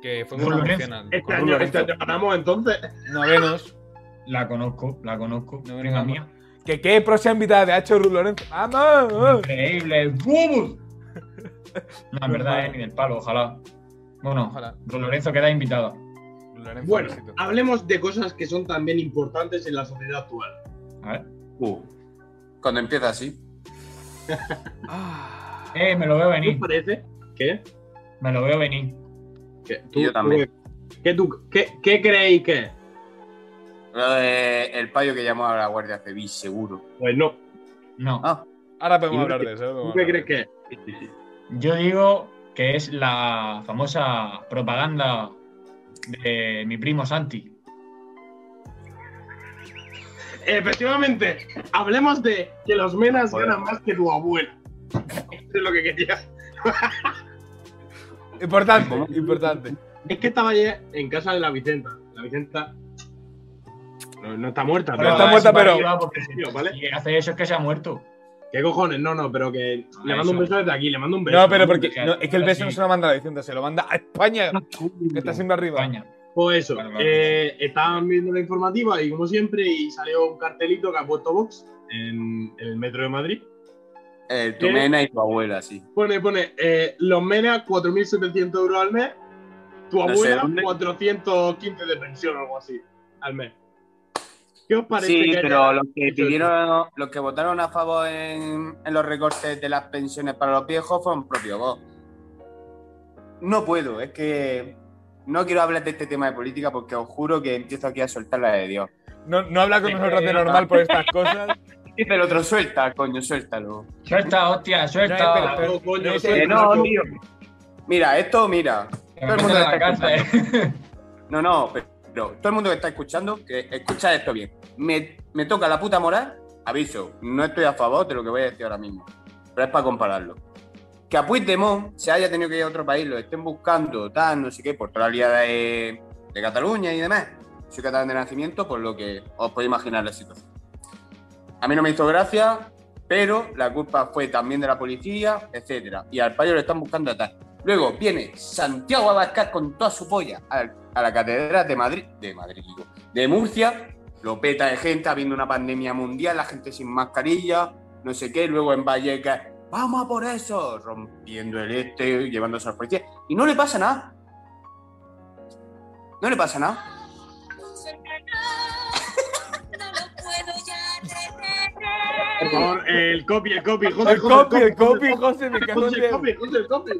[SPEAKER 1] Que fue
[SPEAKER 4] Con
[SPEAKER 1] una
[SPEAKER 4] Lorenzo.
[SPEAKER 1] murciana.
[SPEAKER 3] Este
[SPEAKER 1] con
[SPEAKER 3] año,
[SPEAKER 1] Lorenzo.
[SPEAKER 3] este año ganamos entonces.
[SPEAKER 1] Novenos.
[SPEAKER 4] La conozco, la conozco.
[SPEAKER 1] No, no,
[SPEAKER 4] prima
[SPEAKER 1] no.
[SPEAKER 4] mía.
[SPEAKER 1] Que qué próxima invitada de Hacho Ruth Lorenzo. ¡Vamos!
[SPEAKER 4] Increíble. ¡Bubus! No, en verdad, eh, ni del palo, ojalá. Bueno,
[SPEAKER 1] Ojalá.
[SPEAKER 4] Don Lorenzo queda invitado.
[SPEAKER 1] Lorenzo,
[SPEAKER 3] Bueno,
[SPEAKER 1] besito.
[SPEAKER 3] hablemos de cosas que son también importantes en la sociedad actual.
[SPEAKER 4] A ver.
[SPEAKER 5] Uh. Cuando empieza así.
[SPEAKER 1] Ah.
[SPEAKER 4] Eh, me lo veo
[SPEAKER 3] ¿Qué os
[SPEAKER 4] venir.
[SPEAKER 3] parece? ¿Qué?
[SPEAKER 4] Me lo veo venir.
[SPEAKER 3] ¿Qué?
[SPEAKER 5] Yo también.
[SPEAKER 3] tú- ¿Qué, tú- qué- qué creéis que es?
[SPEAKER 5] Lo de Eh, el payo que llamó a la Guardia Civil, seguro.
[SPEAKER 3] Pues no.
[SPEAKER 4] No.
[SPEAKER 5] Ah.
[SPEAKER 1] Ahora podemos
[SPEAKER 3] ¿Y
[SPEAKER 1] hablar
[SPEAKER 3] qué-
[SPEAKER 1] de eso. ahora
[SPEAKER 3] ¿Tú
[SPEAKER 1] podemos
[SPEAKER 3] qué
[SPEAKER 1] hablar
[SPEAKER 3] crees
[SPEAKER 1] de
[SPEAKER 3] que es?
[SPEAKER 4] Yo digo que es la famosa propaganda de mi primo Santi.
[SPEAKER 3] Efectivamente, hablemos de que los menas
[SPEAKER 5] Joder.
[SPEAKER 3] ganan más que tu abuela. Eso es lo que quería.
[SPEAKER 1] eso. Importante, importante.
[SPEAKER 3] Es que estaba ayer en casa de la Vicenta. La Vicenta no, no está muerta,
[SPEAKER 1] No
[SPEAKER 3] pero.
[SPEAKER 1] está muerta,
[SPEAKER 4] eso para
[SPEAKER 1] pero-
[SPEAKER 4] arriba, porque si-
[SPEAKER 3] Tío, ¿vale?
[SPEAKER 4] si hace eso es que se ha muerto.
[SPEAKER 3] ¿Qué cojones? No, no, pero que.
[SPEAKER 4] Ah,
[SPEAKER 3] Le mando un
[SPEAKER 4] eso.
[SPEAKER 3] beso desde aquí, le mando un beso.
[SPEAKER 1] No, pero
[SPEAKER 3] le mando un
[SPEAKER 1] porque
[SPEAKER 4] Pero-
[SPEAKER 1] no, es que el beso no se lo manda a la Vicenta, se lo manda a España, que está siempre arriba.
[SPEAKER 4] España.
[SPEAKER 3] Pues eso,
[SPEAKER 4] Vale, vale.
[SPEAKER 3] eh, estaban viendo la informativa y como siempre, y salió un cartelito que ha puesto Vox en, en el metro de Madrid.
[SPEAKER 5] Eh, tu
[SPEAKER 3] ¿Qué?
[SPEAKER 5] nena y tu abuela, sí.
[SPEAKER 3] Pone, pone, eh, los menas 4.700 euros al mes, tu
[SPEAKER 5] No sé
[SPEAKER 3] abuela
[SPEAKER 5] dónde.
[SPEAKER 3] 415 de pensión o algo así al mes. ¿Qué os parece?
[SPEAKER 5] Sí,
[SPEAKER 3] que
[SPEAKER 5] pero
[SPEAKER 3] haya-
[SPEAKER 5] los que
[SPEAKER 3] hecho
[SPEAKER 5] pidieron, los que votaron a favor en, en los recortes de las pensiones para los viejos fueron propio vos. No puedo, es que no quiero hablar de este tema de política porque os juro que empiezo aquí a soltar la de Dios.
[SPEAKER 1] No, no habla con
[SPEAKER 4] Eh,
[SPEAKER 1] nosotros de
[SPEAKER 4] eh,
[SPEAKER 1] normal por estas cosas.
[SPEAKER 5] Dice el otro, suelta, coño, suéltalo.
[SPEAKER 4] Suelta, hostia,
[SPEAKER 1] No, espera,
[SPEAKER 4] suelta.
[SPEAKER 1] espera.
[SPEAKER 3] No, coño,
[SPEAKER 1] No,
[SPEAKER 3] suelta.
[SPEAKER 5] Que Eh, no, tío. Mira, esto, mira.
[SPEAKER 4] Que me
[SPEAKER 5] Todo el
[SPEAKER 4] meten
[SPEAKER 5] mundo
[SPEAKER 4] a
[SPEAKER 5] está
[SPEAKER 4] la cárcel.
[SPEAKER 5] No, no, pero, pero todo el mundo que está escuchando, que escucha esto bien. Me, me toca la puta moral, aviso, no estoy a favor de lo que voy a decir ahora mismo, pero es para compararlo. Que a Puigdemont se haya tenido que ir a otro país, lo estén buscando, tal, no sé qué, por toda la liada de, de Cataluña y demás. Soy catalán de nacimiento, por lo que os podéis imaginar la situación. A mí no me hizo gracia, pero la culpa fue también de la policía, etcétera. Y al payo lo están buscando a tal. Luego viene Santiago Abascal con toda su polla al- a, la Catedral de Madrid, de Madrid, digo, de Murcia, lo peta de gente, habiendo una pandemia mundial, la gente sin mascarilla, no sé qué, luego en Vallecas, vamos a por eso, rompiendo el este, llevándose a la policía, y no le pasa nada. No le pasa nada.
[SPEAKER 7] No lo puedo ya retener.
[SPEAKER 3] Por favor, el copy, el copy, José.
[SPEAKER 8] El
[SPEAKER 3] José,
[SPEAKER 8] copy, el copy, José, me cago en
[SPEAKER 3] José, el
[SPEAKER 8] Dios.
[SPEAKER 3] copy, José, el copy.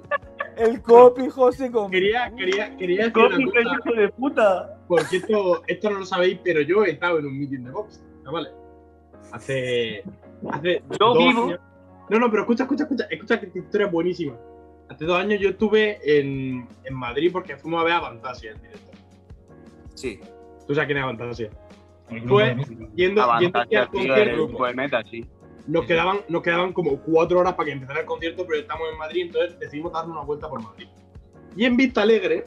[SPEAKER 8] El copy, José, con.
[SPEAKER 3] Quería, quería, quería decir
[SPEAKER 6] Coffee,
[SPEAKER 3] una cosa,
[SPEAKER 6] hijo de puta.
[SPEAKER 3] porque esto, esto no lo sabéis, pero yo he estado en un meeting de box, ¿vale? Hace. Hace. dos
[SPEAKER 6] vivo.
[SPEAKER 3] años- No, no, pero escucha, escucha, escucha, escucha que esta historia es buenísima. Hace dos años yo estuve en, en Madrid porque fuimos a ver a Fantasia en directo.
[SPEAKER 5] Sí,
[SPEAKER 3] ¿Tú sabes quién es Fantasia?
[SPEAKER 4] El grupo
[SPEAKER 3] Fue
[SPEAKER 4] de música.
[SPEAKER 3] yendo, yendo
[SPEAKER 5] avanzar
[SPEAKER 3] hacia el concierto.
[SPEAKER 5] grupo de meta, sí.
[SPEAKER 3] Nos quedaban, nos quedaban como cuatro horas para que empezara el concierto, pero estamos en Madrid, entonces decidimos darnos una vuelta por Madrid. Y en Vista Alegre,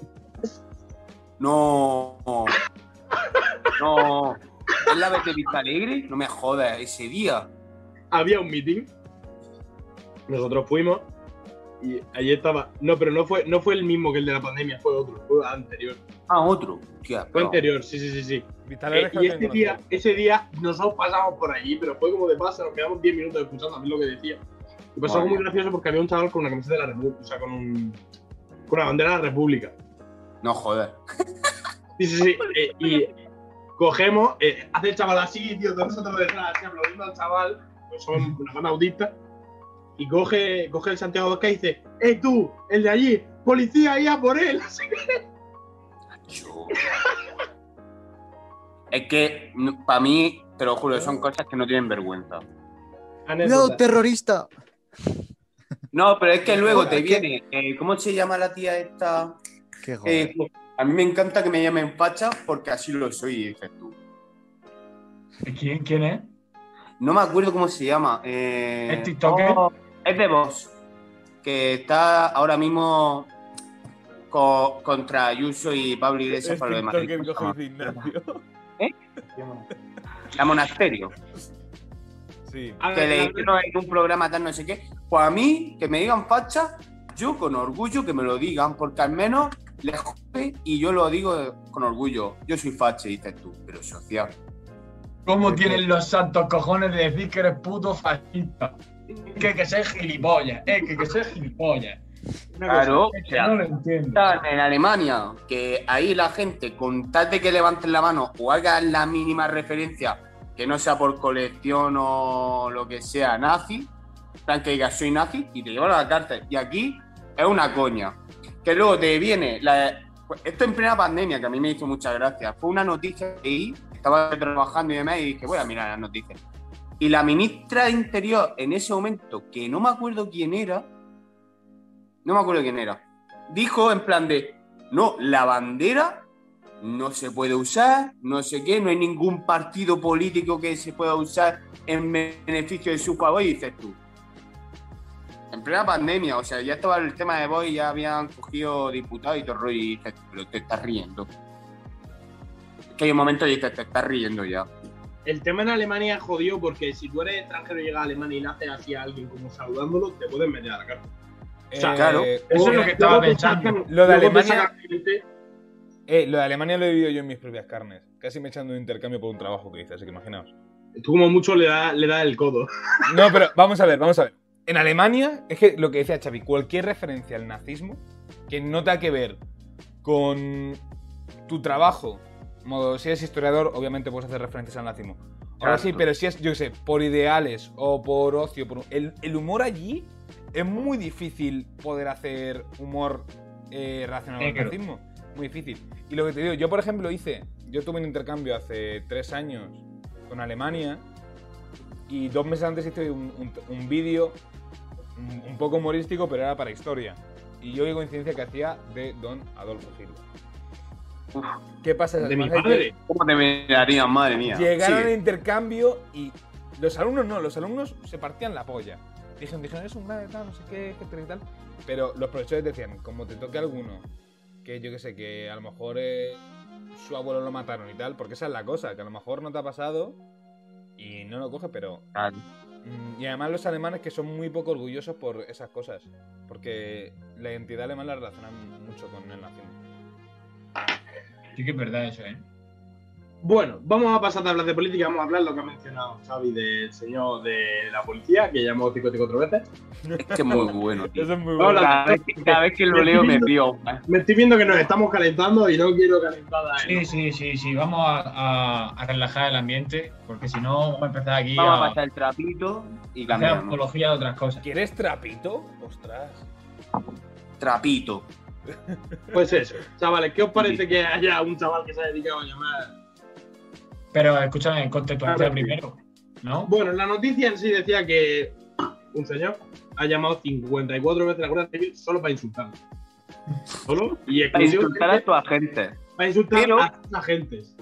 [SPEAKER 5] No. No. ¿Es la vez de Vista Alegre? No me jodas, ese día.
[SPEAKER 3] había un meeting. Nosotros fuimos y allí estaba. No, pero no fue, no fue el mismo que el de la pandemia, fue otro, fue anterior.
[SPEAKER 5] Ah, otro. Hostia,
[SPEAKER 3] Fue
[SPEAKER 5] pero-
[SPEAKER 3] anterior, sí, sí, sí, sí.
[SPEAKER 1] Vital
[SPEAKER 3] Eh, y ese día, ese día nosotros pasamos por allí, pero fue como de paso, nos quedamos 10 minutos escuchando a mí lo que decía. Y pasó algo
[SPEAKER 5] Madre
[SPEAKER 3] muy gracioso porque había un chaval con una camiseta de la República, o sea, con un. con la bandera de la República.
[SPEAKER 5] No jodas.
[SPEAKER 3] Sí, sí, sí. eh, y cogemos, eh, hace el chaval así, tío, todos nosotros detrás, así, aplaudiendo al chaval, pues somos una banda autista, y coge, coge el Santiago Bosca y dice, ¡Eh, tú, el de allí! ¡Policía, ya por él! Así que-
[SPEAKER 5] Yo- Es que para mí, te lo juro, son cosas que no tienen vergüenza.
[SPEAKER 2] ¡Cuidado, terrorista!
[SPEAKER 5] No, pero es que luego te
[SPEAKER 2] ¿Qué?
[SPEAKER 5] viene. eh, ¿Cómo se llama la tía esta?
[SPEAKER 2] ¡Qué joder!
[SPEAKER 5] Eh, a mí me encanta que me llamen facha porque así lo soy, dices tú.
[SPEAKER 4] ¿Quién, quién es?
[SPEAKER 5] No me acuerdo cómo se llama. eh,
[SPEAKER 4] ¿Es TikToker?
[SPEAKER 5] oh, es de Vox. Que está ahora mismo co- contra Ayuso y Pablo Iglesias para lo de Madrid.
[SPEAKER 1] que coge el gimnasio.
[SPEAKER 5] La Monasterio.
[SPEAKER 1] Sí.
[SPEAKER 3] A ver,
[SPEAKER 5] Que le
[SPEAKER 3] la-
[SPEAKER 5] hicieron en un programa tal no sé qué. Pues a mí, que me digan facha, yo con orgullo que me lo digan, porque al menos les jode y yo lo digo con orgullo. Yo soy facha, dices tú, pero social.
[SPEAKER 4] ¿Cómo
[SPEAKER 2] Sí,
[SPEAKER 4] tienen los santos cojones de decir que eres puto fascista? Que que seas gilipollas, eh, que que seas gilipollas.
[SPEAKER 3] una cosa,
[SPEAKER 5] Claro,
[SPEAKER 4] Es
[SPEAKER 5] o
[SPEAKER 4] que
[SPEAKER 5] sea,
[SPEAKER 4] no lo entiendo.
[SPEAKER 5] Están en Alemania, que ahí la gente, con tal de que levanten la mano o hagan la mínima referencia, que no sea por colección o lo que sea, nazi, en plan que digas soy nazi y te llevan a la cárcel. Y aquí es una coña. Que luego te viene. la- Esto en plena pandemia, que a mí me hizo mucha gracia. Fue una noticia que leí, estaba trabajando y demás, y dije, voy a mirar las noticias. Y la ministra de Interior, en ese momento, que no me acuerdo quién era, no me acuerdo quién era, dijo en plan de, no, la bandera no se puede usar, no sé qué, no hay ningún partido político que se pueda usar en beneficio de su favor, y dices tú. En plena pandemia, o sea, ya estaba el tema de Boy, ya habían cogido diputados y todo el rollo, y dices, pero te estás riendo. Es que hay un momento y dices, te estás riendo ya.
[SPEAKER 3] El tema en Alemania es jodido porque si tú eres extranjero y llegas a Alemania y le haces así a alguien como saludándolo, te pueden meter a la cárcel.
[SPEAKER 1] Eh,
[SPEAKER 3] sea,
[SPEAKER 5] claro.
[SPEAKER 4] Eso es lo
[SPEAKER 3] Luego
[SPEAKER 4] que
[SPEAKER 3] te
[SPEAKER 4] estaba
[SPEAKER 3] sacan-
[SPEAKER 4] pensando.
[SPEAKER 1] Lo de
[SPEAKER 3] luego te
[SPEAKER 1] Alemania-
[SPEAKER 3] sacan gente-
[SPEAKER 1] eh, lo de Alemania lo he vivido yo en mis propias carnes. Casi me echan de un intercambio por un trabajo que hice, así que imaginaos.
[SPEAKER 3] Tú como mucho le da, le da el codo.
[SPEAKER 1] No, pero vamos a ver, vamos a ver. En Alemania, es que lo que decía Xavi, cualquier referencia al nazismo que no tenga que ver con tu trabajo, modo, si eres historiador, obviamente puedes hacer referencias al nazismo. Ahora
[SPEAKER 5] Claro.
[SPEAKER 1] sí, pero si es, yo qué sé, por ideales o por ocio, por, el, el humor allí es muy difícil poder hacer humor eh, relacionado al
[SPEAKER 4] Negro.
[SPEAKER 1] nazismo. Muy difícil. Y lo que te digo, yo por ejemplo hice, yo tuve un intercambio hace tres años con Alemania y dos meses antes hice un, un- un vídeo un, un poco humorístico, pero era para historia. Y yo vi coincidencia que hacía de Don Adolfo Hitler.
[SPEAKER 5] Uf.
[SPEAKER 1] ¿Qué pasa?
[SPEAKER 3] De mi
[SPEAKER 1] Además,
[SPEAKER 3] padre.
[SPEAKER 5] ¿Cómo te mirarían, madre mía?
[SPEAKER 1] Llegaron al
[SPEAKER 5] Sigue.
[SPEAKER 1] intercambio y los alumnos no, los alumnos se partían la polla. Dijeron, dijeron, es un gran tal, no sé qué, etcétera y tal. Pero los profesores decían, como te toque alguno, que yo que sé, que a lo mejor eh, su abuelo lo mataron y tal, porque esa es la cosa, que a lo mejor no te ha pasado y no lo coges, pero
[SPEAKER 5] Claro.
[SPEAKER 1] Mm, Y además los alemanes que son muy poco orgullosos por esas cosas, porque la identidad alemana la relacionan mucho con el nazismo.
[SPEAKER 4] Sí que es verdad eso, eh.
[SPEAKER 3] Bueno, vamos a pasar de hablar de política, vamos a hablar lo que ha mencionado Xavi del señor de la policía, que llamó Tico Tico cuatro veces.
[SPEAKER 5] Es que es muy bueno, tío.
[SPEAKER 8] Eso es muy
[SPEAKER 3] Vamos a
[SPEAKER 8] bueno.
[SPEAKER 5] Cada
[SPEAKER 3] hablar-
[SPEAKER 5] vez, que- cada vez que lo leo me río. más.
[SPEAKER 3] Me estoy viendo que nos estamos calentando y no quiero calentada.
[SPEAKER 4] Sí, sí, sí, sí. Vamos a, a- a relajar el ambiente, porque si no, vamos a empezar aquí
[SPEAKER 5] Vamos a
[SPEAKER 4] a,
[SPEAKER 5] pasar el trapito y
[SPEAKER 4] a hacer
[SPEAKER 5] cambiamos.
[SPEAKER 4] apología de otras cosas.
[SPEAKER 1] ¿Quieres trapito? Ostras.
[SPEAKER 5] Trapito.
[SPEAKER 3] Pues eso, chavales, ¿qué os parece que haya un chaval que se ha dedicado a llamar
[SPEAKER 4] Pero escúchame, contextualiza
[SPEAKER 3] Claro, sí.
[SPEAKER 4] primero, ¿no?
[SPEAKER 3] Bueno, la noticia en sí decía que un señor ha llamado 54 veces a la Guardia Civil solo para insultar. Solo y exclusivamente
[SPEAKER 5] Para insultar a tu agente.
[SPEAKER 3] para insultar
[SPEAKER 5] Pero-
[SPEAKER 3] a sus agentes.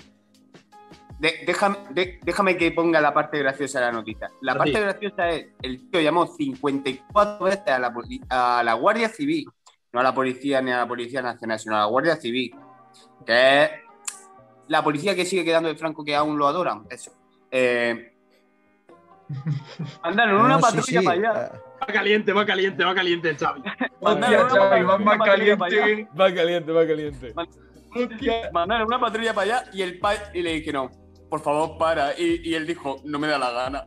[SPEAKER 5] De- déjame, de- déjame que ponga la parte graciosa de la noticia. La
[SPEAKER 3] Sí.
[SPEAKER 5] parte graciosa es: el tío llamó 54 veces a la, poli- a la Guardia Civil. No a la policía ni a la Policía Nacional, sino a la Guardia Civil. Que es la policía que sigue quedando de Franco, que aún lo adoran. Eso. Eh, mandaron una
[SPEAKER 2] No, sí,
[SPEAKER 5] patrulla
[SPEAKER 2] sí.
[SPEAKER 5] para allá.
[SPEAKER 2] Ah,
[SPEAKER 3] Va caliente, va caliente, va caliente el Xavi.
[SPEAKER 5] Mandaron una patrulla para allá.
[SPEAKER 1] Va caliente, va caliente.
[SPEAKER 5] mandaron una patrulla para allá y el pa y le dijeron, por favor, para. Y, y él dijo, no me da la gana.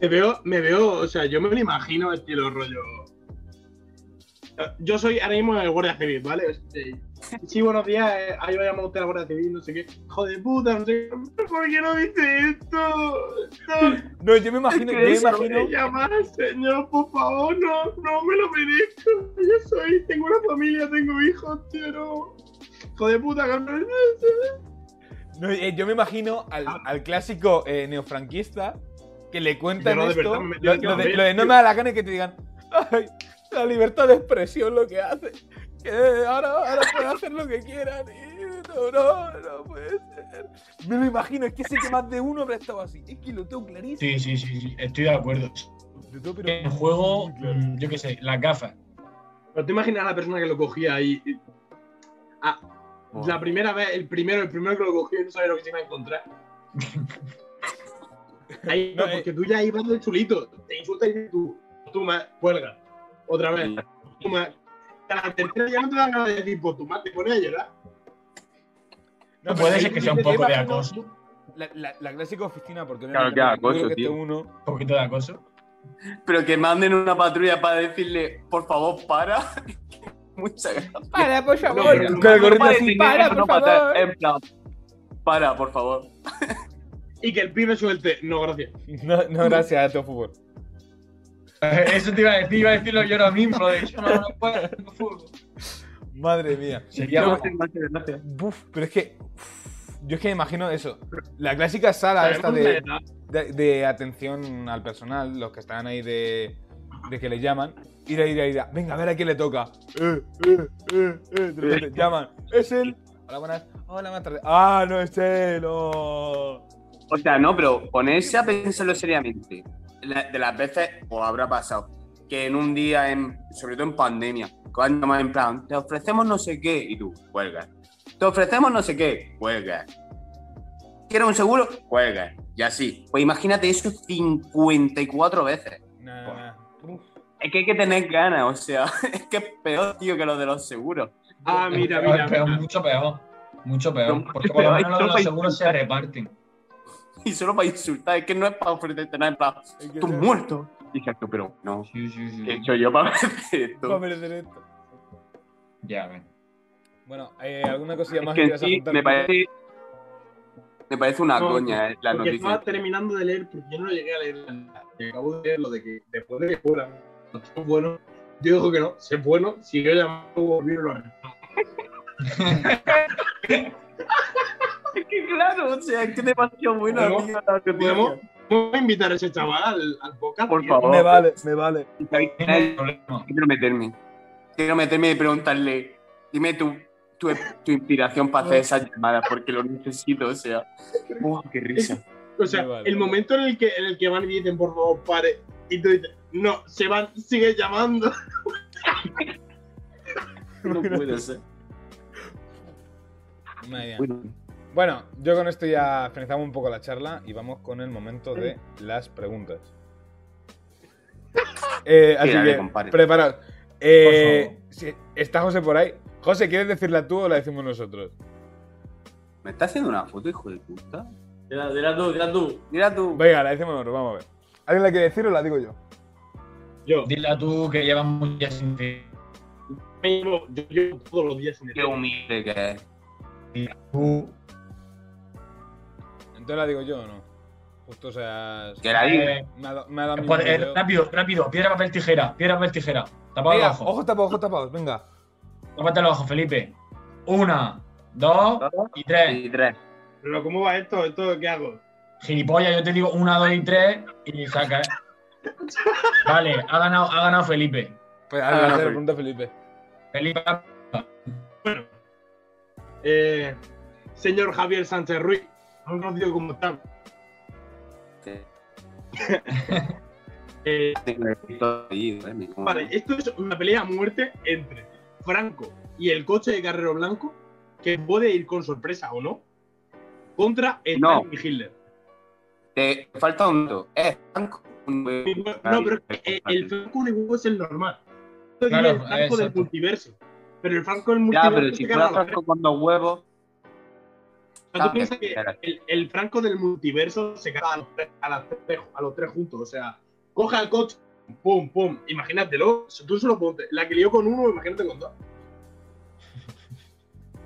[SPEAKER 3] Me veo, me veo, o sea, yo me lo imagino estilo rollo. Yo soy ahora mismo el Guardia Civil, ¿vale? Este, sí, buenos días, eh, ahí va a llamar usted a la Guardia Civil, no sé qué. Joder puta, no sé qué. ¿Por qué no dice esto? No,
[SPEAKER 1] No, yo me imagino, yo me imagino,
[SPEAKER 3] me llamar, señor, por favor, no, no me lo merezco. Yo soy, tengo una familia, tengo hijos, tío, no. Joder puta, cabrón.
[SPEAKER 1] no, eh, yo me imagino al,
[SPEAKER 3] Ah.
[SPEAKER 1] al clásico eh, neofranquista que le cuentan
[SPEAKER 3] Yo no, de
[SPEAKER 1] esto,
[SPEAKER 3] verdad, me
[SPEAKER 1] lo,
[SPEAKER 3] tiene que
[SPEAKER 1] lo de,
[SPEAKER 3] mover,
[SPEAKER 1] lo de no
[SPEAKER 3] tío.
[SPEAKER 1] me da la gana y que te digan, ay, la libertad de expresión lo que hace, que ahora, ahora pueden hacer lo que quieran, y no, no, no puede ser. Me lo imagino, es que sé que más de uno habrá estado así, es que lo tengo clarísimo.
[SPEAKER 4] Sí, sí, sí, sí, estoy de acuerdo.
[SPEAKER 1] Lo tengo, pero
[SPEAKER 4] En juego,
[SPEAKER 1] muy claro.
[SPEAKER 4] mm, yo qué sé, las gafas.
[SPEAKER 3] Pero te imaginas a la persona que lo cogía ahí. y- Ah, la primera vez, el primero, el primero que lo cogió y no sabía lo que se iba a encontrar. Ahí,
[SPEAKER 1] No,
[SPEAKER 3] no,
[SPEAKER 1] eh.
[SPEAKER 3] porque tú ya ibas del chulito. Te insultas y tú, tú más, cuelga. Otra vez, tú más. A la tercera ya no te dan ganas de decir, pues tú más, te pones a llorar.
[SPEAKER 1] No, pero
[SPEAKER 4] Puede
[SPEAKER 1] sí,
[SPEAKER 4] ser que
[SPEAKER 1] sí, este
[SPEAKER 4] sea un
[SPEAKER 1] yo me
[SPEAKER 4] poco de
[SPEAKER 1] imagino
[SPEAKER 4] acoso,
[SPEAKER 1] La, la- la clásica oficina, porque
[SPEAKER 5] Claro,
[SPEAKER 1] obviamente
[SPEAKER 5] claro,
[SPEAKER 1] yo creo
[SPEAKER 5] acoso,
[SPEAKER 1] que este
[SPEAKER 5] tío.
[SPEAKER 1] uno,
[SPEAKER 4] un poquito de acoso.
[SPEAKER 5] Pero que manden una patrulla para decirle, por favor, para. Muchas gracias.
[SPEAKER 7] Para, por
[SPEAKER 3] favor.
[SPEAKER 5] pero
[SPEAKER 1] Con el gorrito
[SPEAKER 5] para
[SPEAKER 1] así,
[SPEAKER 5] decirle,
[SPEAKER 1] "Para, por
[SPEAKER 5] matar".
[SPEAKER 1] favor.
[SPEAKER 5] En plan, para, por favor.
[SPEAKER 3] Y que el pibe suelte, no, gracias.
[SPEAKER 1] no, no gracias a todo fútbol.
[SPEAKER 4] Eso te iba a decir, iba a decirlo yo ahora mismo. De hecho, no, no puedo, no puedo.
[SPEAKER 1] Madre mía.
[SPEAKER 4] Sería
[SPEAKER 5] No,
[SPEAKER 4] bueno.
[SPEAKER 1] Buf, pero es que. uf, yo es que me imagino eso. La clásica sala esta de, de- de atención al personal, los que están ahí de, de que le llaman. Ira, ira, ira. Venga, a ver a quién le toca. Eh, eh, eh, eh, de repente llaman. Es él. Hola, buenas. Hola, buenas tardes. Ah, no es él. oh.
[SPEAKER 5] O sea, no, pero ponerse a pensarlo seriamente. La- de las veces, o habrá pasado, que en un día, en, sobre todo en pandemia, cuando más en plan, te ofrecemos no sé qué, y tú, cuelga. Te ofrecemos no sé qué, cuelga. ¿Quieres un seguro? Cuelga. Y así. Pues imagínate eso 54 veces.
[SPEAKER 1] Nah, nah, nah. Uf.
[SPEAKER 5] Es que hay que tener ganas, o sea, es que es peor, tío, que lo de los seguros.
[SPEAKER 3] Ah, mira,
[SPEAKER 4] Peor,
[SPEAKER 3] mira,
[SPEAKER 4] peor,
[SPEAKER 3] mira.
[SPEAKER 4] mucho peor. Mucho peor.
[SPEAKER 5] Pero-
[SPEAKER 4] Porque por lo
[SPEAKER 5] pero
[SPEAKER 4] menos
[SPEAKER 5] esto
[SPEAKER 4] los
[SPEAKER 5] va a
[SPEAKER 4] seguros se reparten.
[SPEAKER 5] Y solo para insultar, es que no es para ofrecerte nada, es para,
[SPEAKER 1] Es que
[SPEAKER 5] tú
[SPEAKER 1] se-
[SPEAKER 5] muerto. Dije tú, pero no,
[SPEAKER 4] Sí, sí, sí.
[SPEAKER 5] ¿qué he hecho yo para hacer
[SPEAKER 1] va a
[SPEAKER 5] esto?
[SPEAKER 1] merecer esto.
[SPEAKER 4] Ya, ven.
[SPEAKER 1] Bueno, eh, alguna cosilla
[SPEAKER 5] Es
[SPEAKER 1] más
[SPEAKER 5] que en
[SPEAKER 1] quieras
[SPEAKER 5] sí
[SPEAKER 1] apuntar,
[SPEAKER 5] me
[SPEAKER 1] Kiko?
[SPEAKER 5] parece. Me parece una
[SPEAKER 3] No,
[SPEAKER 5] coña eh, la
[SPEAKER 3] porque estaba
[SPEAKER 5] noticia.
[SPEAKER 3] terminando de leer, porque yo no llegué a leer la- que Acabo de leer lo de que después de que fuera es bueno, yo digo que no, si es bueno, si yo llamo, volvieron a
[SPEAKER 5] Es que claro, o sea, es que demasiado buena
[SPEAKER 3] Podemos-
[SPEAKER 5] amiga la noticia.
[SPEAKER 3] ¿Podemos, podemos invitar a ese chaval al, al podcast?
[SPEAKER 5] Por
[SPEAKER 3] tío?
[SPEAKER 5] favor.
[SPEAKER 1] Me vale, me vale.
[SPEAKER 5] ¿Sabéis
[SPEAKER 4] No
[SPEAKER 5] qué?
[SPEAKER 4] hay problema.
[SPEAKER 5] Quiero meterme. Quiero meterme y preguntarle. Dime tu, tu, tu inspiración para hacer esas llamadas, porque lo necesito, o sea. Buah, qué risa.
[SPEAKER 3] O sea,
[SPEAKER 1] Me vale.
[SPEAKER 3] el momento en el, que, en el que van y dicen, por favor, pare, y tú dices, no, se van, sigue llamando.
[SPEAKER 5] No puede ser.
[SPEAKER 1] Madre mía.
[SPEAKER 5] Bueno,
[SPEAKER 1] Bueno, yo con esto ya finalizamos un poco la charla y vamos con el momento de las preguntas. Eh, así
[SPEAKER 5] dale,
[SPEAKER 1] que,
[SPEAKER 5] compadre.
[SPEAKER 1] preparaos. Eh,
[SPEAKER 4] Por
[SPEAKER 1] si- ¿Está José por ahí? José, ¿quieres decirla tú o la decimos nosotros?
[SPEAKER 5] ¿Me está haciendo una foto, hijo de puta?
[SPEAKER 6] Dirás dirás tú, dirás tú.
[SPEAKER 5] Mira tú.
[SPEAKER 1] Venga, la decimos nosotros, vamos a ver. ¿Alguien la quiere decir o la digo yo?
[SPEAKER 3] Yo,
[SPEAKER 4] Dila tú que llevas muchas sin ti.
[SPEAKER 3] me llevo- yo llevo todos los días sin
[SPEAKER 5] Qué humilde que es.
[SPEAKER 4] Tú.
[SPEAKER 1] Entonces la digo yo o no. Justo o sea.
[SPEAKER 5] Que la diga.
[SPEAKER 4] Eh,
[SPEAKER 1] Me ha, dado- me ha dado mi
[SPEAKER 4] por- eh,
[SPEAKER 1] momento.
[SPEAKER 4] rápido, rápido. Piedra, papel, tijera. Piedra, papel, tijera. Tapado
[SPEAKER 1] Venga,
[SPEAKER 4] abajo.
[SPEAKER 1] ojos tapados, ojos tapados, venga.
[SPEAKER 4] Tápate los ojos, Felipe. Una, dos
[SPEAKER 5] Ah.
[SPEAKER 4] y tres.
[SPEAKER 5] Y tres.
[SPEAKER 3] Pero ¿cómo va esto? ¿Esto qué hago?
[SPEAKER 4] Gilipollas, yo te digo una, dos y tres y saca. ¿eh? Vale, ha ganado, ha ganado Felipe.
[SPEAKER 1] Pues
[SPEAKER 5] Ah,
[SPEAKER 1] ahora le
[SPEAKER 5] no,
[SPEAKER 1] hacer la
[SPEAKER 5] Felipe.
[SPEAKER 1] pregunta a Felipe.
[SPEAKER 4] Felipe,
[SPEAKER 3] Eh, señor Javier Sánchez Ruiz, no conocido como tal.
[SPEAKER 5] Sí.
[SPEAKER 3] Eh,
[SPEAKER 5] Tengo el todo ahí, eh, me-
[SPEAKER 3] vale, esto es una pelea a muerte entre Franco y el coche de Carrero Blanco, que puede ir con sorpresa o no, contra
[SPEAKER 5] No.
[SPEAKER 3] Stalin y Hitler.
[SPEAKER 5] Te falta un dato. Es Franco. un huevo.
[SPEAKER 3] No, pero es que el Franco Unihugo es el normal. Esto
[SPEAKER 4] Claro,
[SPEAKER 3] diría el Franco del
[SPEAKER 4] exacto.
[SPEAKER 3] multiverso. Pero el Franco del
[SPEAKER 5] Ya,
[SPEAKER 3] multiverso.
[SPEAKER 5] pero si
[SPEAKER 3] se carga
[SPEAKER 5] fuera
[SPEAKER 3] los
[SPEAKER 5] Franco con dos huevos.
[SPEAKER 3] O sea, tú piensas que el, el Franco del multiverso se caga a los, tres, a, las tres- a los tres juntos. O sea, coge al coche, pum, pum. Imagínatelo. Tú solo ponte. La que lió con uno, imagínate con dos.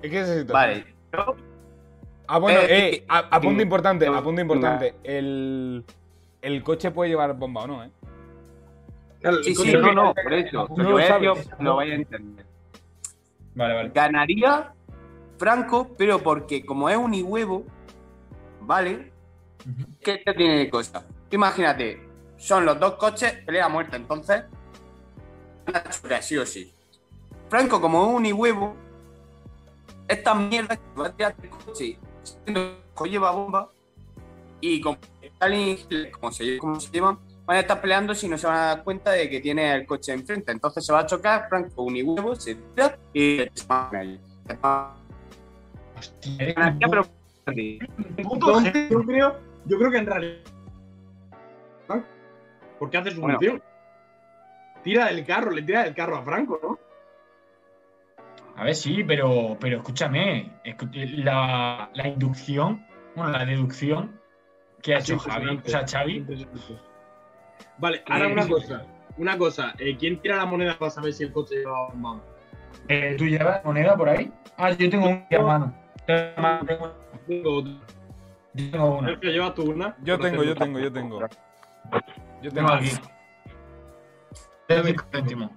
[SPEAKER 1] ¿Y ¿Qué necesito?
[SPEAKER 5] Vale,
[SPEAKER 1] Ah, bueno,
[SPEAKER 5] Eh,
[SPEAKER 1] eh, a, a punto
[SPEAKER 5] eh,
[SPEAKER 1] importante,
[SPEAKER 5] no,
[SPEAKER 1] a punto importante. El, el coche puede llevar bomba o no, ¿eh?
[SPEAKER 3] El
[SPEAKER 5] Sí,
[SPEAKER 3] coche
[SPEAKER 5] sí, no,
[SPEAKER 3] no-
[SPEAKER 5] no, por eso.
[SPEAKER 1] No lo
[SPEAKER 5] Lo que voy a decir
[SPEAKER 1] sabes.
[SPEAKER 5] os lo vais a entender.
[SPEAKER 4] Vale, vale.
[SPEAKER 5] Ganaría Franco, pero porque como es un huevo, ¿vale?
[SPEAKER 4] Ujú.
[SPEAKER 5] Que este tiene de cosa. Tú imagínate, son los dos coches, pelea muerta, entonces. Una chula, sí o sí. Franco, como es un huevo, esta mierda que va a tirar el coche, siendo que lleva bomba, y como Stalin y Hitler, como se, como se llevan, van a estar peleando si no se van a dar cuenta de que tiene el coche enfrente. Entonces se va a chocar, Franco unihuevo, se tira y se van a ir. Se van
[SPEAKER 4] Hostia,
[SPEAKER 5] a
[SPEAKER 4] eres
[SPEAKER 5] ganar,
[SPEAKER 4] un-
[SPEAKER 5] pero perdí.
[SPEAKER 3] Entonces, yo creo, yo creo que en realidad. Porque hace su
[SPEAKER 5] Bueno.
[SPEAKER 3] función. Tira del carro, le tira del carro a Franco, ¿no?
[SPEAKER 4] A ver, sí, pero, pero escúchame. escu- La, la inducción, bueno, la deducción
[SPEAKER 5] Ah,
[SPEAKER 4] que ha hecho Javi, o sea, Xavi.
[SPEAKER 3] Vale, ahora
[SPEAKER 1] Eh,
[SPEAKER 3] una cosa. Una cosa, eh, ¿quién tira la moneda para saber si el coche lleva bomba?
[SPEAKER 4] Eh, ¿Tú llevas moneda por ahí? Ah, yo tengo una hermano. Tengo-
[SPEAKER 3] Tengo otra.
[SPEAKER 4] Yo tengo una.
[SPEAKER 3] Sergio, ¿Llevas tú una?
[SPEAKER 1] Yo
[SPEAKER 3] Por
[SPEAKER 1] tengo, yo
[SPEAKER 3] hacer-
[SPEAKER 1] tengo, yo tengo. Yo
[SPEAKER 4] Tengo
[SPEAKER 1] tengo.
[SPEAKER 4] aquí. Tengo cinco céntimos.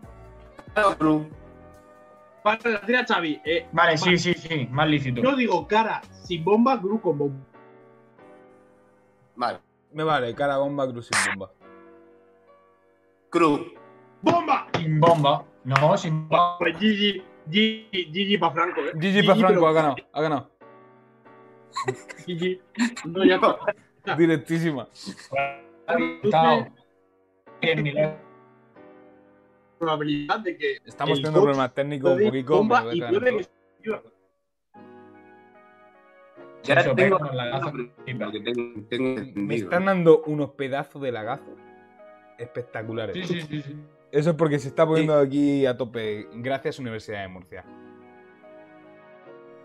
[SPEAKER 3] Vale, la tira Xavi. Eh,
[SPEAKER 4] Vale, sí, sí, sí, más lícito.
[SPEAKER 3] yo digo cara sin bomba, Gru con bomba.
[SPEAKER 5] Vale,
[SPEAKER 1] Me vale, cara bomba, cruz sin bomba.
[SPEAKER 5] Cruz.
[SPEAKER 3] ¡Bomba!
[SPEAKER 4] Sin bomba. No, sin bomba.
[SPEAKER 3] Pues GG, GG, GG para Franco, eh.
[SPEAKER 1] GG para Franco,
[SPEAKER 3] pero-
[SPEAKER 1] ha ganado, ha ganado.
[SPEAKER 3] GG. No, ya está. Ah.
[SPEAKER 1] Directísima.
[SPEAKER 4] Estado. Bien, Miguel.
[SPEAKER 3] probabilidad de que.
[SPEAKER 1] Estamos
[SPEAKER 3] El
[SPEAKER 1] teniendo
[SPEAKER 3] coche
[SPEAKER 1] problemas técnicos un
[SPEAKER 3] puede ir
[SPEAKER 1] poquito.
[SPEAKER 3] bomba
[SPEAKER 1] pero
[SPEAKER 3] y
[SPEAKER 1] voy a ganar.
[SPEAKER 3] puede que.
[SPEAKER 5] Ya ahora
[SPEAKER 4] Eso,
[SPEAKER 5] tengo.
[SPEAKER 4] pero con la gafa principal.
[SPEAKER 5] Porque tengo, tengo
[SPEAKER 1] Me
[SPEAKER 5] entendido.
[SPEAKER 1] están dando unos pedazos de lagazo espectaculares.
[SPEAKER 4] Sí, sí, sí, sí.
[SPEAKER 1] Eso es porque se está poniendo aquí a tope. Gracias, Universidad de Murcia.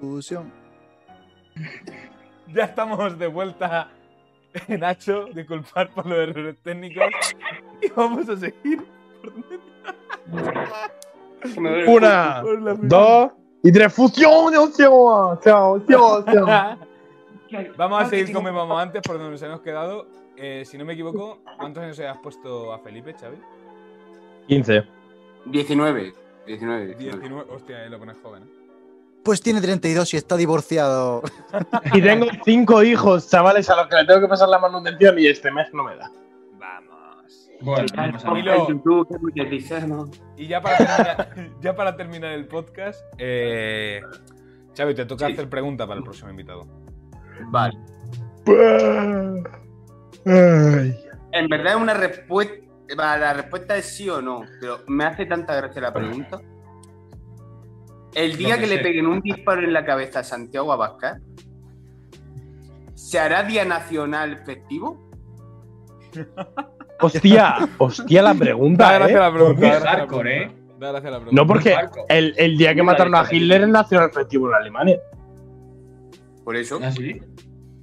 [SPEAKER 2] Fusión.
[SPEAKER 1] Ya estamos de vuelta, Nacho. Disculpad por los errores técnicos. Y vamos a seguir
[SPEAKER 9] Una,
[SPEAKER 1] por la
[SPEAKER 9] dos y tres. Fusión, opción, opción, opción.
[SPEAKER 1] Vamos a seguir con mi mamá antes por donde nos hemos quedado. Eh, si no me equivoco, ¿cuántos años has puesto a Felipe, Xavi?
[SPEAKER 9] 15.
[SPEAKER 5] 19. 19. 19.
[SPEAKER 1] 19. Hostia, eh, lo pones joven. ¿eh?
[SPEAKER 2] Pues tiene 32 y está divorciado.
[SPEAKER 9] Y tengo cinco hijos, chavales, a los que le tengo que pasar la manutención y este mes no me da.
[SPEAKER 1] Vamos.
[SPEAKER 4] Bueno, vamos a ver.
[SPEAKER 1] Milo.
[SPEAKER 5] YouTube, que me utilizamos.
[SPEAKER 1] Y ya para terminar, ya para terminar el podcast, eh, Xavi, te toca
[SPEAKER 5] Sí.
[SPEAKER 1] hacer pregunta para el próximo invitado.
[SPEAKER 5] Vale. En verdad es una respuesta. La respuesta es sí o no, pero me hace tanta gracia la pregunta. El día
[SPEAKER 4] que
[SPEAKER 5] que, le
[SPEAKER 4] sé.
[SPEAKER 5] peguen un disparo en la cabeza a Santiago Abascal, ¿se hará Día Nacional festivo?
[SPEAKER 9] Hostia, hostia la
[SPEAKER 1] Da
[SPEAKER 9] pregunta,
[SPEAKER 1] gracias
[SPEAKER 9] ¿eh?
[SPEAKER 1] la pregunta.
[SPEAKER 4] Muy
[SPEAKER 1] da gracia la
[SPEAKER 4] hardcore, ¿eh?
[SPEAKER 1] pregunta. Da gracia la pregunta.
[SPEAKER 9] No, porque el, el día que mataron a Hitler es nacional festivo en Alemania.
[SPEAKER 5] Por eso.
[SPEAKER 4] ¿Ah, sí?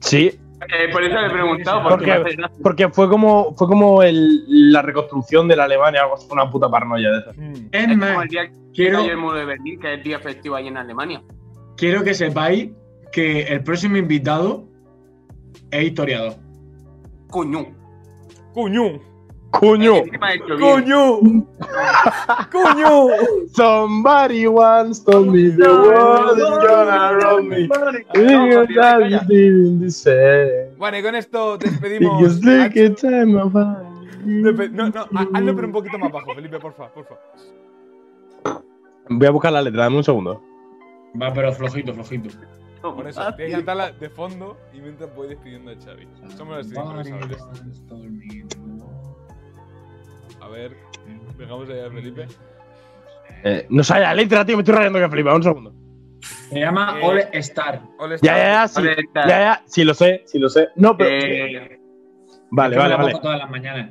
[SPEAKER 3] Sí,
[SPEAKER 5] Eh, por eso le he preguntado.
[SPEAKER 3] ¿Por
[SPEAKER 5] Porque
[SPEAKER 3] qué?
[SPEAKER 5] me hace gracia.
[SPEAKER 3] porque fue como, fue como el- la reconstrucción de la Alemania, algo así, fue una puta paranoia de esas.
[SPEAKER 1] Mm.
[SPEAKER 4] Es
[SPEAKER 5] Es como
[SPEAKER 4] más,
[SPEAKER 5] el día que
[SPEAKER 4] quiero,
[SPEAKER 5] cayó el muro de Berlín, que es el día festivo ahí en Alemania.
[SPEAKER 4] quiero que sepáis que el próximo invitado es historiador.
[SPEAKER 5] Coño.
[SPEAKER 10] ¡Cuñú!
[SPEAKER 3] ¡Cuño!
[SPEAKER 5] ¿Qué me ha hecho bien?
[SPEAKER 10] ¡Cuñú! ¡Cuñú!
[SPEAKER 3] Somebody once told me the world is gonna roll me. Because I was living this day.
[SPEAKER 1] Bueno, y con esto despedimos.
[SPEAKER 3] Because look
[SPEAKER 1] Acho.
[SPEAKER 3] at time of life.
[SPEAKER 1] Depe- No, no, ha- hazlo pero un poquito más bajo, Felipe, porfa, porfa.
[SPEAKER 3] Voy a buscar la letra, dame un segundo.
[SPEAKER 4] Va, pero flojito, flojito.
[SPEAKER 1] Por eso, tienes que cantarla de fondo y mientras voy despidiendo a Xavi. Somos los improvisadores. A ver, dejamos allá a Felipe.
[SPEAKER 3] Eh, no sale la letra, tío, me estoy rayando que flipa, un segundo.
[SPEAKER 4] Se llama
[SPEAKER 1] Eh,
[SPEAKER 4] All Star.
[SPEAKER 1] All Star.
[SPEAKER 3] Ya, ya, ya, sí.
[SPEAKER 5] Vale, está.
[SPEAKER 3] Ya, ya, sí lo sé, sí lo sé. No, pero.
[SPEAKER 5] Eh,
[SPEAKER 3] vale,
[SPEAKER 4] Yo me
[SPEAKER 3] vale,
[SPEAKER 4] la pongo
[SPEAKER 3] vale.
[SPEAKER 4] todas las mañanas.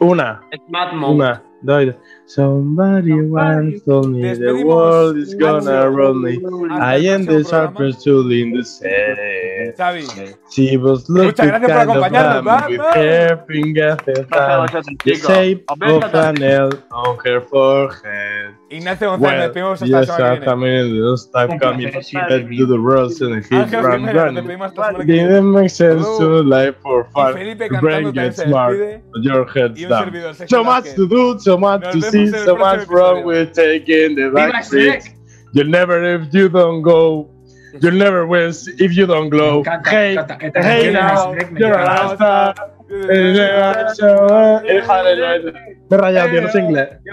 [SPEAKER 3] Una,
[SPEAKER 5] es Mad Monk.
[SPEAKER 3] Una, dos. Somebody once told me the
[SPEAKER 1] Despedimos.
[SPEAKER 3] world is gonna
[SPEAKER 1] Acho.
[SPEAKER 3] roll me.
[SPEAKER 5] Ah,
[SPEAKER 3] Ah,
[SPEAKER 1] Hasta
[SPEAKER 3] I
[SPEAKER 1] el
[SPEAKER 3] am the
[SPEAKER 1] próximo programa.
[SPEAKER 3] sharpest tool in the sand.
[SPEAKER 1] Xavi,
[SPEAKER 3] She
[SPEAKER 1] Muchas
[SPEAKER 3] was looking
[SPEAKER 1] gracias por
[SPEAKER 3] kind of
[SPEAKER 1] acompañarnos,
[SPEAKER 3] dumb with
[SPEAKER 1] vamos.
[SPEAKER 3] her finger and
[SPEAKER 5] Gracias a
[SPEAKER 3] thumb.
[SPEAKER 5] vosotros,
[SPEAKER 3] The
[SPEAKER 5] chicos.
[SPEAKER 3] shape
[SPEAKER 5] Os veo
[SPEAKER 3] of
[SPEAKER 5] esta tarde.
[SPEAKER 3] a nail on her forehead.
[SPEAKER 1] Ignacio González, nos
[SPEAKER 3] Well,
[SPEAKER 1] despedimos hasta la
[SPEAKER 3] yes,
[SPEAKER 1] semana
[SPEAKER 3] I'm
[SPEAKER 1] que viene.
[SPEAKER 3] coming. Those time
[SPEAKER 4] Un
[SPEAKER 3] coming.
[SPEAKER 4] placer, sí,
[SPEAKER 3] Let's do the world and hit
[SPEAKER 1] Ángel
[SPEAKER 3] from
[SPEAKER 1] Jiménez, nos
[SPEAKER 3] running.
[SPEAKER 1] despedimos hasta la semana que viene.
[SPEAKER 3] Didn't make sense to
[SPEAKER 1] Hello.
[SPEAKER 3] life for
[SPEAKER 1] Y
[SPEAKER 3] fun.
[SPEAKER 1] Felipe
[SPEAKER 3] The
[SPEAKER 1] cantando
[SPEAKER 3] brain
[SPEAKER 1] también
[SPEAKER 3] gets
[SPEAKER 1] se
[SPEAKER 3] smart.
[SPEAKER 1] despide.
[SPEAKER 3] Your head's
[SPEAKER 1] Y un
[SPEAKER 3] down.
[SPEAKER 1] servidor, Sergio
[SPEAKER 3] So much
[SPEAKER 1] Vázquez.
[SPEAKER 3] to do, so much
[SPEAKER 1] Nos
[SPEAKER 3] to
[SPEAKER 1] vemos
[SPEAKER 3] see,
[SPEAKER 1] en el
[SPEAKER 3] so
[SPEAKER 1] próximo
[SPEAKER 3] much wrong
[SPEAKER 1] episodio.
[SPEAKER 3] with taking the
[SPEAKER 4] ¡Viva
[SPEAKER 3] back seat.
[SPEAKER 4] Shrek!
[SPEAKER 3] You'll never if you don't go. You'll never win if you don't
[SPEAKER 4] Me
[SPEAKER 3] glow.
[SPEAKER 4] encanta, me
[SPEAKER 3] Hey,
[SPEAKER 4] encanta. Esta
[SPEAKER 3] hey
[SPEAKER 4] canción de
[SPEAKER 3] now,
[SPEAKER 4] Shrek me
[SPEAKER 3] you're a
[SPEAKER 4] encanta.
[SPEAKER 3] rasta. Me he rayado, tío, no sé inglés.